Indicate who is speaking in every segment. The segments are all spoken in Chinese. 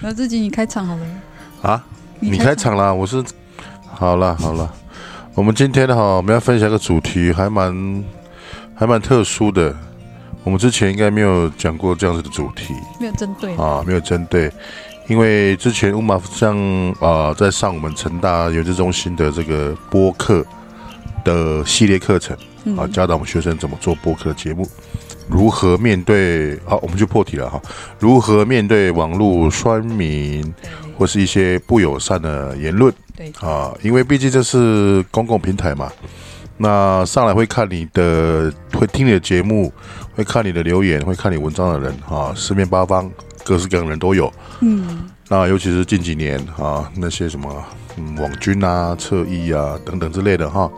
Speaker 1: 那自己你开场好了。
Speaker 2: 啊，你开场啦，我是好了好了。我们今天哈，我们要分享一个主题，还蛮还蛮特殊的。我们之前应该没有讲过这样子的主题
Speaker 1: 没有针对，
Speaker 2: 啊，没有针对，因为之前乌马像啊、在上我们成大研究中心的这个播客的系列课程
Speaker 1: 嗯
Speaker 2: 啊，教导我们学生怎么做播客节目，如何面对好，我们就破题了哈，如何面对网络酸民或是一些不友善的言论。
Speaker 1: 对，
Speaker 2: 啊，因为毕竟这是公共平台嘛，那上来会看你的，会听你的节目，会看你的留言，会看你文章的人啊，四面八方，各式各样的人都有。
Speaker 1: 嗯，
Speaker 2: 那尤其是近几年啊，那些什么嗯网军啊、侧翼啊等等之类的哈、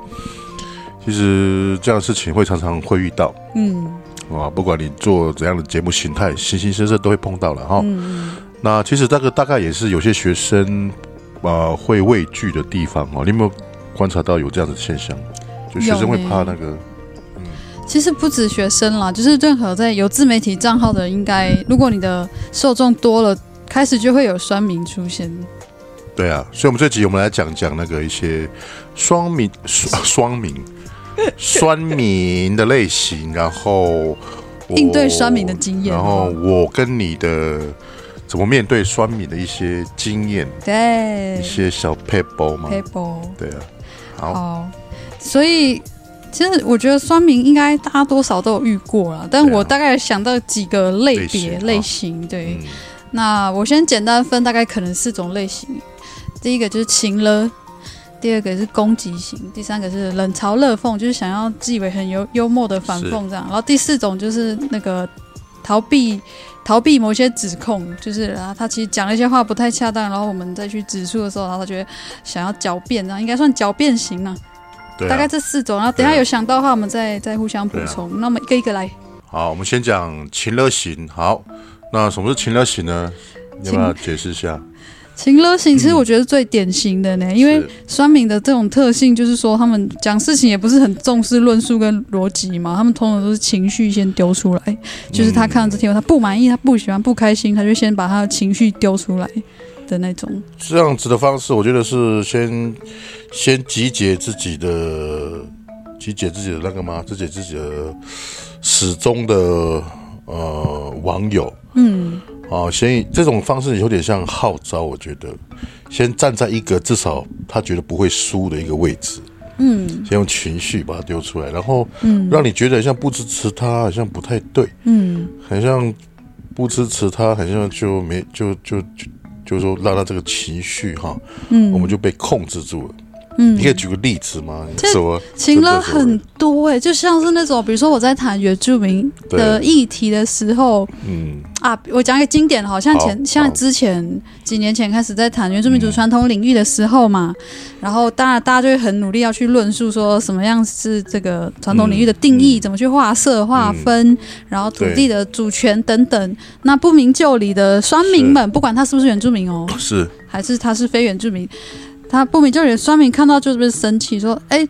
Speaker 2: 其实这样的事情会常常会遇到
Speaker 1: 嗯，
Speaker 2: 啊，不管你做怎样的节目形态，形形色色都会碰到了哈、
Speaker 1: 嗯，
Speaker 2: 那其实这个大概也是有些学生啊、呃会畏惧的地方哦。你有没有观察到有这样的现象？就学生会怕那个
Speaker 1: 其实不止学生啦，就是任何在有自媒体账号的人，应该如果你的受众多了，开始就会有酸民出现。
Speaker 2: 对啊，所以我们这集我们来讲讲那个一些双民双 双民酸民的类型，然后我
Speaker 1: 应对酸民的经验
Speaker 2: 然后我跟你的怎么面对酸民的一些经验，
Speaker 1: 对
Speaker 2: 一些小 paper 嘛，
Speaker 1: ，people，
Speaker 2: 对啊，好，
Speaker 1: 好，所以。其实我觉得酸民应该大家多少都有遇过啦，但
Speaker 2: 对啊
Speaker 1: 我大概想到几个类
Speaker 2: 类型
Speaker 1: 别
Speaker 2: 啊
Speaker 1: 类型，对，
Speaker 2: 嗯，
Speaker 1: 那我先简单分，大概可能四种类型。第一个就是情勒，第二个是攻击型，第三个是冷嘲热讽，就是想要自以为很幽幽默的反讽这样。然后第四种就是那个逃避逃避某些指控，就是啊他其实讲了一些话不太恰当，然后我们再去指出的时候，然后他就会想要狡辩这样，应该算狡辩型啊。
Speaker 2: 对
Speaker 1: 大概
Speaker 2: 啊。
Speaker 1: 这四种，然后等一下
Speaker 2: 对啊
Speaker 1: 有想到的话，我们再再互相补
Speaker 2: 对啊
Speaker 1: 充。那么一个一个来，
Speaker 2: 好，我们先讲情乐型。好，那什么是情乐型呢？你要不要解释一下？
Speaker 1: 情勒型其实我觉得是最典型的呢，因为
Speaker 2: 嗯是
Speaker 1: 酸民的这种特性就是说，他们讲事情也不是很重视论述跟逻辑嘛，他们通常都是情绪先丢出来，就是他看到这条他不满意、他不喜欢、不开心，他就先把他的情绪丢出来的那种。
Speaker 2: 这样子的方式，我觉得是先先集结自己的集结自己的那个吗？集结自己的始终的呃网友
Speaker 1: 嗯，
Speaker 2: 啊，先以这种方式有点像号召，我觉得先站在一个至少他觉得不会输的一个位置。嗯，先用情绪把它丢出来，然后让你觉得好像不支持他，好像不太对。
Speaker 1: 嗯，
Speaker 2: 很像不支持他，很像就没就就就就说让他这个情绪哈，嗯，我们就被控制住了。嗯，你可以举个例子吗？
Speaker 1: 这
Speaker 2: 什么？
Speaker 1: 情勒
Speaker 2: 什么
Speaker 1: 很多哎、就像是那种，比如说我在谈原住民的
Speaker 2: 对
Speaker 1: 议题的时候，
Speaker 2: 嗯，
Speaker 1: 啊，我讲一个经典的，好像前
Speaker 2: 好
Speaker 1: 像
Speaker 2: 好
Speaker 1: 之前几年前开始在谈原住民族传统领域的时候嘛，然后当然大家就会很努力要去论述说什么样是这个传统领域的定义，怎么去划设划分，然后土地的主权等等。那不明就里的酸民们，不管他是不是原住民哦，
Speaker 2: 是
Speaker 1: 还是他是非原住民，他不明就里的酸民看到就是不是生气说，哎，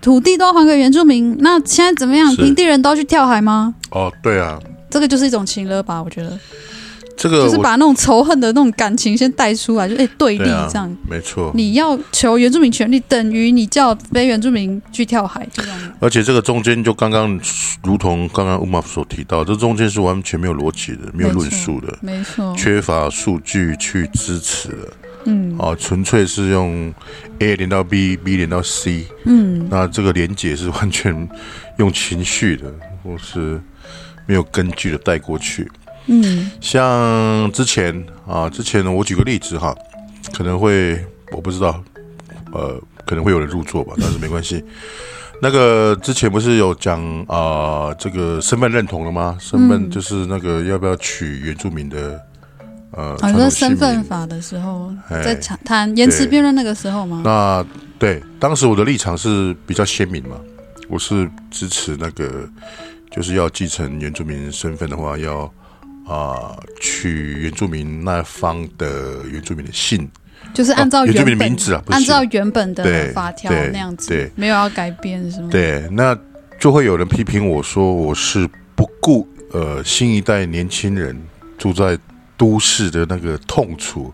Speaker 1: 土地都还给原住民，那现在怎么样？
Speaker 2: 是
Speaker 1: 平地人都要去跳海吗？
Speaker 2: 哦，对啊，
Speaker 1: 这个就是一种情勒吧，我觉得。
Speaker 2: 这个
Speaker 1: 就是
Speaker 2: 我
Speaker 1: 把那种仇恨的那种感情先带出来，就哎、对立
Speaker 2: 对啊
Speaker 1: 这样。
Speaker 2: 没错，
Speaker 1: 你要求原住民权利，等于你叫非原住民去跳海，就这样。
Speaker 2: 而且这个中间就刚刚如同刚刚乌马所提到，这中间是完全没有逻辑的，没有
Speaker 1: 没错
Speaker 2: 论述的，
Speaker 1: 没错，
Speaker 2: 缺乏数据去支持的。
Speaker 1: 嗯
Speaker 2: 啊，纯粹是用 A 连到 B，B 连到 C，
Speaker 1: 嗯，
Speaker 2: 那这个连结是完全用情绪的，或是没有根据的带过去。
Speaker 1: 嗯
Speaker 2: 像之前啊，之前呢，我举个例子哈，可能会我不知道，呃，可能会有人入座吧，但是没关系。那个之前不是有讲啊、这个身份认同了吗？身份
Speaker 1: 嗯
Speaker 2: 就是那个要不要取原住民的呃
Speaker 1: 好像
Speaker 2: 传
Speaker 1: 哦
Speaker 2: 统
Speaker 1: 说
Speaker 2: 姓
Speaker 1: 身
Speaker 2: 名
Speaker 1: 份法的时候，
Speaker 2: 哎
Speaker 1: 在谈谈言辞
Speaker 2: 对
Speaker 1: 辩论那个时候嘛，
Speaker 2: 那对，当时我的立场是比较鲜明嘛，我是支持那个，就是要继承原住民身份的话，要啊、取原住民那方的原住民的姓，
Speaker 1: 就是按照
Speaker 2: 哦原住民
Speaker 1: 原
Speaker 2: 的名
Speaker 1: 本
Speaker 2: 字啊，不是
Speaker 1: 按
Speaker 2: 姓
Speaker 1: 照原本的
Speaker 2: 对
Speaker 1: 法条
Speaker 2: 对
Speaker 1: 那样子
Speaker 2: 对，
Speaker 1: 没有要改变是吗？
Speaker 2: 对，那就会有人批评我说我是不顾呃新一代年轻人住在都市的那个痛楚，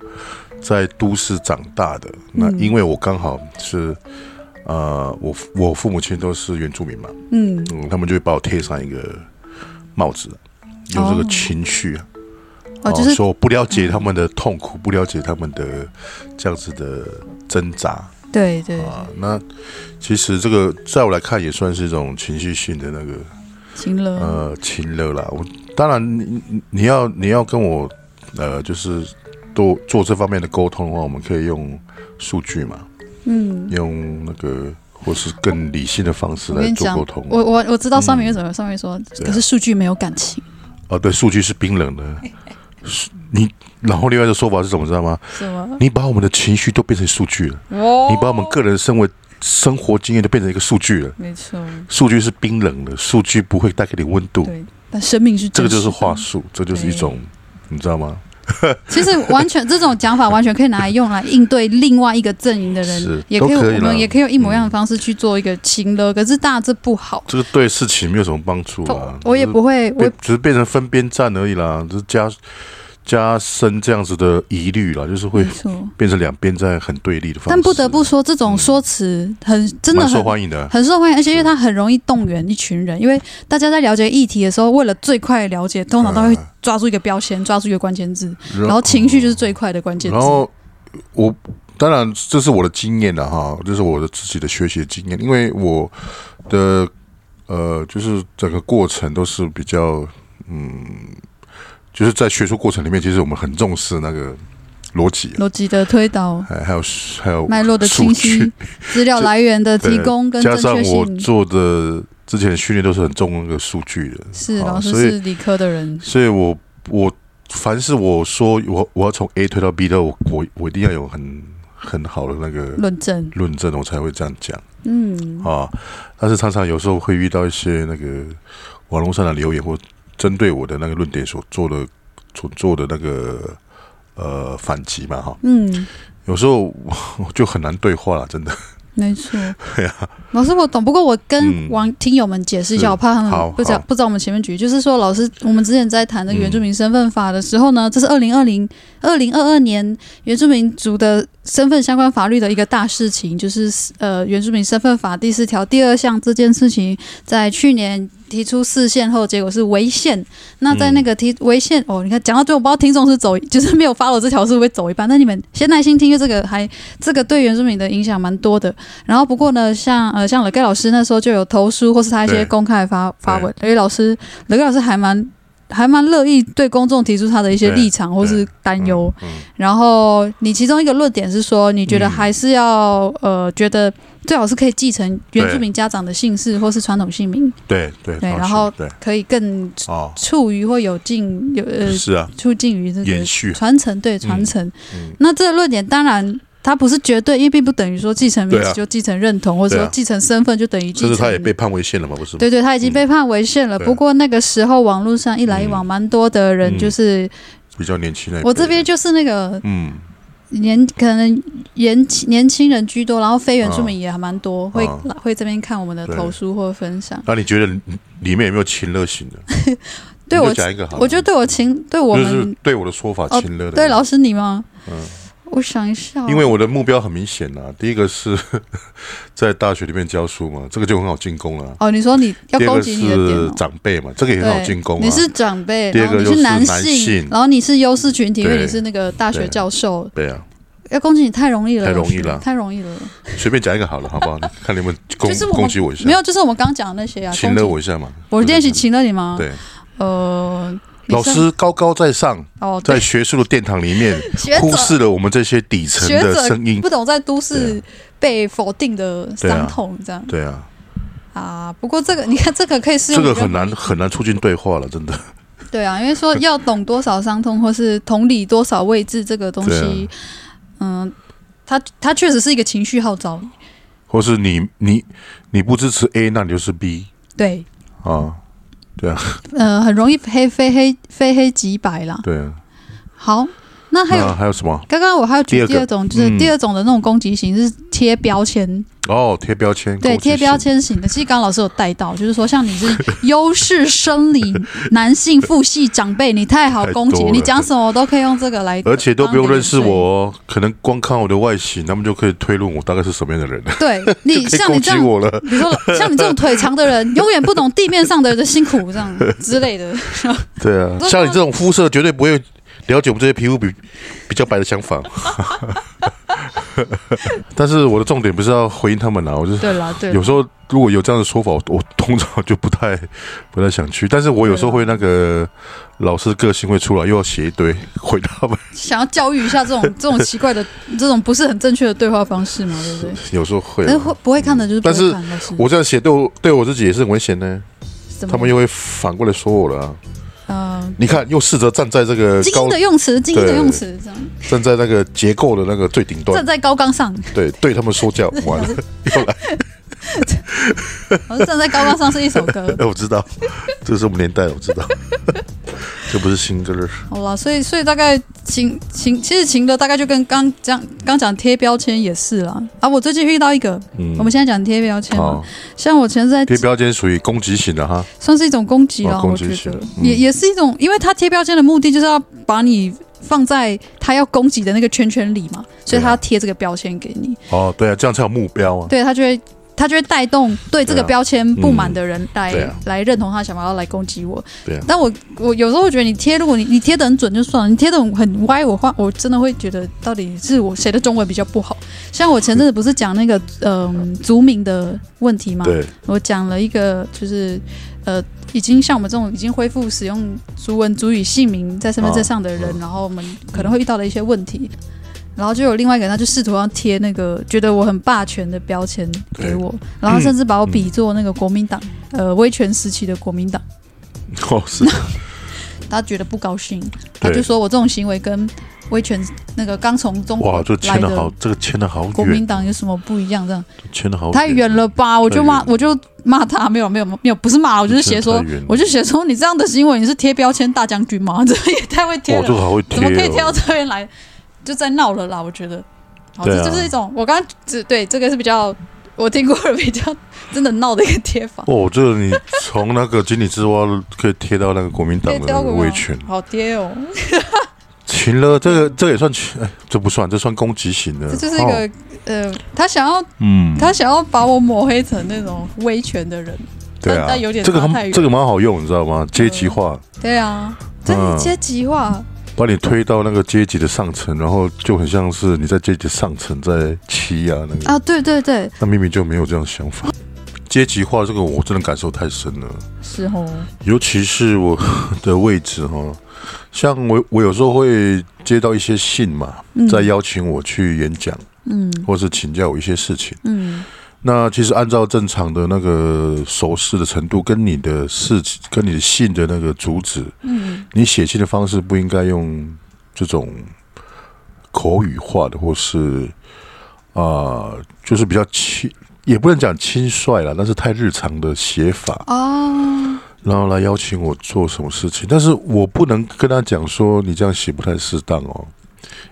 Speaker 2: 在都市长大的。
Speaker 1: 嗯
Speaker 2: 那因为我刚好是，呃，我父我父母亲都是原住民嘛，
Speaker 1: 嗯，
Speaker 2: 嗯，他们就会把我贴上一个帽子，用这个
Speaker 1: 哦
Speaker 2: 情绪啊，
Speaker 1: 哦，就是
Speaker 2: 说我不了解他们的痛苦，不了解他们的这样子的挣扎
Speaker 1: 对对，
Speaker 2: 啊。那其实这个在我来看也算是一种情绪性的那个
Speaker 1: 情了，
Speaker 2: 呃亲热啦。我当然你你你要你要跟我呃就是多做这方面的沟通的话，我们可以用数据嘛，
Speaker 1: 嗯，
Speaker 2: 用那个或是更理性的方式
Speaker 1: 我
Speaker 2: 来
Speaker 1: 跟你
Speaker 2: 做
Speaker 1: 讲
Speaker 2: 沟通。
Speaker 1: 我我我知道上面为什么，上面说，
Speaker 2: 对啊
Speaker 1: 可是数据没有感情，
Speaker 2: 哦，对，数据是冰冷的。是你然后另外一个说法是什么，知道吗？
Speaker 1: 是吗？
Speaker 2: 你把我们的情绪都变成数据了，
Speaker 1: 哦
Speaker 2: 你把我们个人生活生活经验都变成一个数据了。
Speaker 1: 没错，
Speaker 2: 数据是冰冷的，数据不会带给你温度。
Speaker 1: 对，但生命是
Speaker 2: 这个
Speaker 1: 真
Speaker 2: 就
Speaker 1: 实
Speaker 2: 是
Speaker 1: 的
Speaker 2: 话术，这就是一种，你知道吗？
Speaker 1: 其实完全这种讲法完全可以拿来用来应对另外一个阵营的人
Speaker 2: 是，
Speaker 1: 也可以
Speaker 2: 都可以啦嗯
Speaker 1: 我们也可以用一模一样的方式去做一个亲了。可是大家这不好，
Speaker 2: 这个对事情没有什么帮助啊
Speaker 1: 我。我也不会，
Speaker 2: 就是
Speaker 1: 我
Speaker 2: 变，只是变成分边站而已啦，只是加加深这样子的疑虑啦，就是
Speaker 1: 没
Speaker 2: 会
Speaker 1: 错。
Speaker 2: 变成两边站很对立的方
Speaker 1: 嗯
Speaker 2: 式。
Speaker 1: 但不得不说，这种说辞很真的
Speaker 2: 嗯蛮受
Speaker 1: 很
Speaker 2: 欢迎的，
Speaker 1: 很受欢迎，而且因为它很容易动员一群人，因为大家在了解议题的时候，为了最快了解，通常都会
Speaker 2: 嗯
Speaker 1: 抓住一个标签，抓住一个关键字，
Speaker 2: 然
Speaker 1: 然后情绪就是最快的关键字
Speaker 2: 然。后我当然这是我的经验了哈，这是我的自己的学习的经验，因为我的呃，就是整个过程都是比较嗯，就是在学术过程里面，其实我们很重视那个逻辑啊，
Speaker 1: 逻辑的推导、
Speaker 2: 还还有还有
Speaker 1: 脉络的
Speaker 2: 数
Speaker 1: 清
Speaker 2: 据
Speaker 1: 晰，、资料来源的提
Speaker 2: 对
Speaker 1: 供跟
Speaker 2: 加
Speaker 1: 正
Speaker 2: 上
Speaker 1: 确
Speaker 2: 我
Speaker 1: 性，
Speaker 2: 做的之前的训练都是很重那个数据的，
Speaker 1: 是
Speaker 2: 好
Speaker 1: 老师
Speaker 2: 所以
Speaker 1: 是理科的人，
Speaker 2: 所以我我凡是我说我我要从 A 推到 B 的，我我我一定要有很很好的那个
Speaker 1: 论证，
Speaker 2: 论证，我才会这样讲
Speaker 1: 嗯，
Speaker 2: 啊。但是常常有时候会遇到一些那个网络上的留言，或针对我的那个论点所做的所做的那个呃反击嘛哈。
Speaker 1: 嗯，
Speaker 2: 有时候我我 就很难对话了，真的。
Speaker 1: 没 错。老师我懂，不过我跟
Speaker 2: 嗯
Speaker 1: 网听友们解释一
Speaker 2: 是
Speaker 1: 下，我怕他
Speaker 2: 好
Speaker 1: 们不知道
Speaker 2: 好嗯
Speaker 1: 不知道我们前面举，就是说老师，我们之前在谈那个原住民身份法的时候呢，这是二零二零二零二二年原住民族的身份相关法律的一个大事情，就是呃原住民身份法第四条第二项这件事情，在去年提出释宪后，结果是违宪。那
Speaker 2: 嗯
Speaker 1: 在那个提违宪哦，你看讲到最后，我不知道听众是走，就是没有 follow 这条是不会走一半。那你们先耐心听，因为这个还这个对原住民的影响蛮多的。然后不过呢，像呃像乐盖老师那时候就有投书，或是他一些
Speaker 2: 对
Speaker 1: 公开发发文，乐盖老师乐盖老师还蛮还蛮乐意对公众提出他的一些
Speaker 2: 对
Speaker 1: 立场或是担忧。
Speaker 2: 嗯，嗯
Speaker 1: 然后你其中一个论点是说，你觉得
Speaker 2: 嗯
Speaker 1: 还是要、呃觉得最好是可以继承原住
Speaker 2: 对
Speaker 1: 民家长的姓氏或是传统姓名，
Speaker 2: 对对
Speaker 1: 对
Speaker 2: 当
Speaker 1: 然后
Speaker 2: 时对
Speaker 1: 可以更
Speaker 2: 哦，
Speaker 1: 处于或有进有呃
Speaker 2: 是啊，
Speaker 1: 促进于这
Speaker 2: 延
Speaker 1: 个
Speaker 2: 续，
Speaker 1: 传承，对传承。
Speaker 2: 嗯，
Speaker 1: 那这个论点当然它不是绝对，因为并不等于说继承名
Speaker 2: 对
Speaker 1: 字
Speaker 2: 啊
Speaker 1: 就继承认同，或者
Speaker 2: 对
Speaker 1: 说
Speaker 2: 啊
Speaker 1: 继承身份就等于继
Speaker 2: 甚
Speaker 1: 承。
Speaker 2: 至他也被判违宪了嘛，不是吗？
Speaker 1: 对对，他已经被判违宪了。
Speaker 2: 对啊
Speaker 1: 不过那个时候网络上一来一往，蛮多的人
Speaker 2: 嗯
Speaker 1: 就是
Speaker 2: 比较年轻那一辈
Speaker 1: 我这边就是那个
Speaker 2: 嗯
Speaker 1: 年可能年轻年轻人居多，然后非原住民也还蛮多，会
Speaker 2: 嗯
Speaker 1: 会这边看我们的
Speaker 2: 对
Speaker 1: 投书或分享。
Speaker 2: 那你觉得里面有没有亲热型的？
Speaker 1: 对
Speaker 2: 你就
Speaker 1: 我，
Speaker 2: 讲一个好了，
Speaker 1: 我觉得对我情对我
Speaker 2: 就是
Speaker 1: 们
Speaker 2: 对我的说法
Speaker 1: 哦
Speaker 2: 亲热的，
Speaker 1: 对老师你吗？
Speaker 2: 嗯
Speaker 1: 我想一下哦，
Speaker 2: 因为我的目标很明显呐、第一个是 在大学里面教书嘛，这个就很好进攻了、啊
Speaker 1: 哦，你说你要
Speaker 2: 第二
Speaker 1: 攻
Speaker 2: 个
Speaker 1: 击你的点
Speaker 2: 是
Speaker 1: 哦。
Speaker 2: 长辈嘛，这个也很好进攻啊。
Speaker 1: 你是长辈，
Speaker 2: 第二
Speaker 1: 然后
Speaker 2: 个
Speaker 1: 你
Speaker 2: 又是
Speaker 1: 男
Speaker 2: 男性
Speaker 1: 然后你是优势群体，因为
Speaker 2: 对
Speaker 1: 你是那个大学
Speaker 2: 对
Speaker 1: 教授，
Speaker 2: 对啊，
Speaker 1: 要攻击你太容易了，
Speaker 2: 太容
Speaker 1: 老师
Speaker 2: 易了
Speaker 1: 太容易了。
Speaker 2: 随便讲一个好了，好不好？看你 们攻
Speaker 1: 就是我们
Speaker 2: 攻击我一下
Speaker 1: 没，有，就是我们刚讲的那些啊，
Speaker 2: 啊亲
Speaker 1: 攻击哦
Speaker 2: 热。我一下嘛。
Speaker 1: 我练习亲了你吗？
Speaker 2: 对，
Speaker 1: 呃，你
Speaker 2: 老
Speaker 1: 是
Speaker 2: 师高高在上，
Speaker 1: 哦，对
Speaker 2: 在学术的殿堂 里面，
Speaker 1: 学
Speaker 2: 忽
Speaker 1: 者
Speaker 2: 视了我们这些底层
Speaker 1: 学
Speaker 2: 的
Speaker 1: 者
Speaker 2: 声音。
Speaker 1: 不懂在都市被否定的伤痛这样
Speaker 2: 对啊，
Speaker 1: 啊不过这个 你看，这个可以适
Speaker 2: 这
Speaker 1: 用于
Speaker 2: 个
Speaker 1: 任何
Speaker 2: 很难很难促进对话了，真的。
Speaker 1: 对啊，因为说要懂多少伤痛，或是同理多少位置这个东
Speaker 2: 对啊
Speaker 1: 西，嗯，它它确实是一个情绪号召。
Speaker 2: 或是你你你不支持 A，那你就是 B
Speaker 1: 对，
Speaker 2: 啊，
Speaker 1: 呃，很容易黑非黑非黑即白啦。
Speaker 2: 对啊。
Speaker 1: 好，那还有
Speaker 2: 那还有什么？
Speaker 1: 刚刚我还有
Speaker 2: 第
Speaker 1: 举
Speaker 2: 二个
Speaker 1: 第二种，就是
Speaker 2: 嗯
Speaker 1: 第二种的那种攻击型是贴标签，
Speaker 2: 哦，贴标签，
Speaker 1: 对，
Speaker 2: 攻击
Speaker 1: 贴
Speaker 2: 性
Speaker 1: 标，签型的。其实刚刚老师有带到，就是说像你是优势生理男性父系长辈，你太好攻
Speaker 2: 太
Speaker 1: 击
Speaker 2: 多，了
Speaker 1: 你讲什么都可以用这个来，
Speaker 2: 而且都不用认识我哦，可能光看我的外形，他们就可以推论我大概是什么样的人，
Speaker 1: 对 你
Speaker 2: 可以
Speaker 1: 像你
Speaker 2: 攻
Speaker 1: 这
Speaker 2: 击
Speaker 1: 样。
Speaker 2: 我了。
Speaker 1: 比如说，像你这种腿长的 人，永远不懂地面上的人的辛苦，这样之类的。
Speaker 2: 对啊，
Speaker 1: 都
Speaker 2: 像你这种肤色绝对不会了解我们这些皮肤比比较白的想法。 但是我的重点不是要回应他们啊，我是
Speaker 1: 对啦，对啦
Speaker 2: 有时候如果有这样的说法，我我通常就不太 不太想去。但是我有时候会那个老师个性会出来，又要写一堆回他们，
Speaker 1: 想要教育一下这种 这种奇怪的、这种不是很正确的对话方式嘛，对不对？
Speaker 2: 有时候会啊、
Speaker 1: 但是会不会看的就是不
Speaker 2: 但是
Speaker 1: 会看，老师
Speaker 2: 我这样写对我对我自己也是很危险呢，
Speaker 1: 怎么
Speaker 2: 他们又会反过来说我了啊、
Speaker 1: 嗯，
Speaker 2: 你看，又试着站在这个
Speaker 1: 精英
Speaker 2: 高
Speaker 1: 的用词，精英的
Speaker 2: 对
Speaker 1: 用词，这样
Speaker 2: 站在那个结构的那个最顶端
Speaker 1: 站，在高岗上，
Speaker 2: 对，对他们说教，完了，，
Speaker 1: 老哦师站在高岗上是一首歌
Speaker 2: 哎，我知道，这是我们年代，我知道， 这不是新歌了，
Speaker 1: 好啦，所以所以大概情情其实情的大概就跟刚讲刚讲贴标签也是啦啊，我最近遇到一个，
Speaker 2: 嗯哦
Speaker 1: 我们现在讲贴标签嘛，
Speaker 2: 好，
Speaker 1: 像我前阵
Speaker 2: 贴
Speaker 1: 在
Speaker 2: 标签属于攻击型的哈，
Speaker 1: 算是一种攻击啦，
Speaker 2: 哦
Speaker 1: 我
Speaker 2: 攻
Speaker 1: 觉
Speaker 2: 击
Speaker 1: 得、
Speaker 2: 型
Speaker 1: 也也是一种，因为他贴标签的目的就是要把你放在他要攻击的那个圈圈里嘛，
Speaker 2: 啊
Speaker 1: 所以他要贴这个标签给你，
Speaker 2: 哦，对啊，这样才有目标啊，
Speaker 1: 对他就会他就会带动对这个
Speaker 2: 对啊
Speaker 1: 标签不满的人来、
Speaker 2: 对啊
Speaker 1: 来认同他的想法，要来攻击我。
Speaker 2: 对啊
Speaker 1: 但我我有时候会觉得你贴，如果你你贴的很准就算了，你贴的很歪，我话我真的会觉得到底是我谁的中文比较不好。像我前阵子不是讲那个嗯、族名的问题吗？
Speaker 2: 对，
Speaker 1: 我讲了一个就是呃，已经像我们这种已经恢复使用族文、族语、姓名在身份证上的人，
Speaker 2: 啊
Speaker 1: 然后我们可能会遇到的一些问题。然后就有另外一个人，他就试图要贴那个觉得我很霸权的标签给我，然后甚至把我比作那个国民党，
Speaker 2: 嗯
Speaker 1: 呃，威权时期的国民党，
Speaker 2: 哦，是，
Speaker 1: 他觉得不高兴，他
Speaker 2: 对
Speaker 1: 就说我这种行为跟威权那个刚从中国
Speaker 2: 哇，这
Speaker 1: 来
Speaker 2: 牵的好
Speaker 1: 的，
Speaker 2: 这个牵的好
Speaker 1: 国民
Speaker 2: 远，
Speaker 1: 党有什么不一样？这样
Speaker 2: 牵的好
Speaker 1: 太远了吧？我就骂，我就骂他，没有没有没有，不是骂，我就是写说
Speaker 2: 真的太远了，哦
Speaker 1: 我就写说你这样的行为，你是贴标签大将军吗？ 这也太会贴
Speaker 2: 哇，这
Speaker 1: 了，
Speaker 2: 个好会贴
Speaker 1: 怎么可以贴到
Speaker 2: 哦，
Speaker 1: 这边来？就在闹了啦，我觉得。好，
Speaker 2: 对
Speaker 1: 这
Speaker 2: 啊
Speaker 1: 就是一种我刚刚只对这个是比较我听过的比较真的闹的一个贴 法，
Speaker 2: 哦，这个你从那个井底之蛙可以贴到那个国民党
Speaker 1: 贴
Speaker 2: 的
Speaker 1: 掉
Speaker 2: 那个
Speaker 1: 过
Speaker 2: 威
Speaker 1: 吗
Speaker 2: 权，？
Speaker 1: 好贴哦，
Speaker 2: 行了，这个这个也算群，哎，这不算，这算攻击型的，
Speaker 1: 这就是一
Speaker 2: 哦
Speaker 1: 个呃，他想要
Speaker 2: 嗯，
Speaker 1: 他想要把我抹黑成那种威权的人，
Speaker 2: 对
Speaker 1: 但
Speaker 2: 啊
Speaker 1: 但有，点
Speaker 2: 这个
Speaker 1: 差太
Speaker 2: 很
Speaker 1: 远
Speaker 2: 这个蛮好用，你知道
Speaker 1: 嗯
Speaker 2: 吗？阶级化，
Speaker 1: 对啊，这是
Speaker 2: 嗯
Speaker 1: 阶级化，
Speaker 2: 把你推到那个阶级的上层，然后就很像是你在阶级上层在欺压那个，
Speaker 1: 啊，对对对，
Speaker 2: 那明明就没有这样的想法。阶级化这个我真的感受太深了，
Speaker 1: 是哦，
Speaker 2: 尤其是我的位置哈，像我我有时候会接到一些信嘛，
Speaker 1: 嗯
Speaker 2: 在邀请我去演讲，
Speaker 1: 嗯
Speaker 2: 或是请教我一些事情。
Speaker 1: 嗯。
Speaker 2: 那其实按照正常的那个熟识的程度，跟你的事情，跟你的信的那个主旨，
Speaker 1: 嗯
Speaker 2: 你写信的方式不应该用这种口语化的，或是啊、就是比较轻，也不能讲轻率啦，但是太日常的写法，
Speaker 1: 哦，
Speaker 2: 然后来邀请我做什么事情。但是我不能跟他讲说你这样写不太适当哦，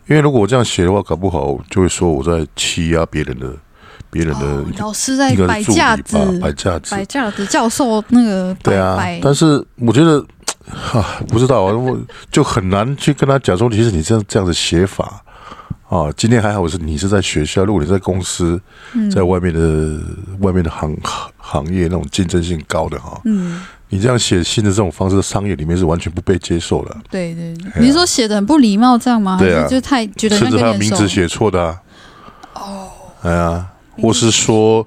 Speaker 2: 因为如果我这样写的话，搞不好就会说我在欺压别人的别人的
Speaker 1: 哦老师在
Speaker 2: 一个
Speaker 1: 摆
Speaker 2: 助理
Speaker 1: 架
Speaker 2: 吧
Speaker 1: 子，，
Speaker 2: 摆架子，
Speaker 1: 摆架子，教授那个摆
Speaker 2: 对啊
Speaker 1: 摆，
Speaker 2: 但是我觉得， 啊，不知道啊，我就很难去跟他讲说，其实你这样这样的写法啊，今天还好是你是在学校，如果你在公司，
Speaker 1: 嗯
Speaker 2: 在外面的、外面的行行业那种竞争性高的哈、
Speaker 1: 嗯，
Speaker 2: 你这样写信的这种方式，商业里面是完全不被接受的，
Speaker 1: 对对对，你是说写的很不礼貌这样吗？
Speaker 2: 哎对啊
Speaker 1: 还是就太觉得
Speaker 2: 甚
Speaker 1: 像
Speaker 2: 至
Speaker 1: 跟
Speaker 2: 他的
Speaker 1: 人
Speaker 2: 名
Speaker 1: 熟
Speaker 2: 字写错的啊，哦，哎呀，或是说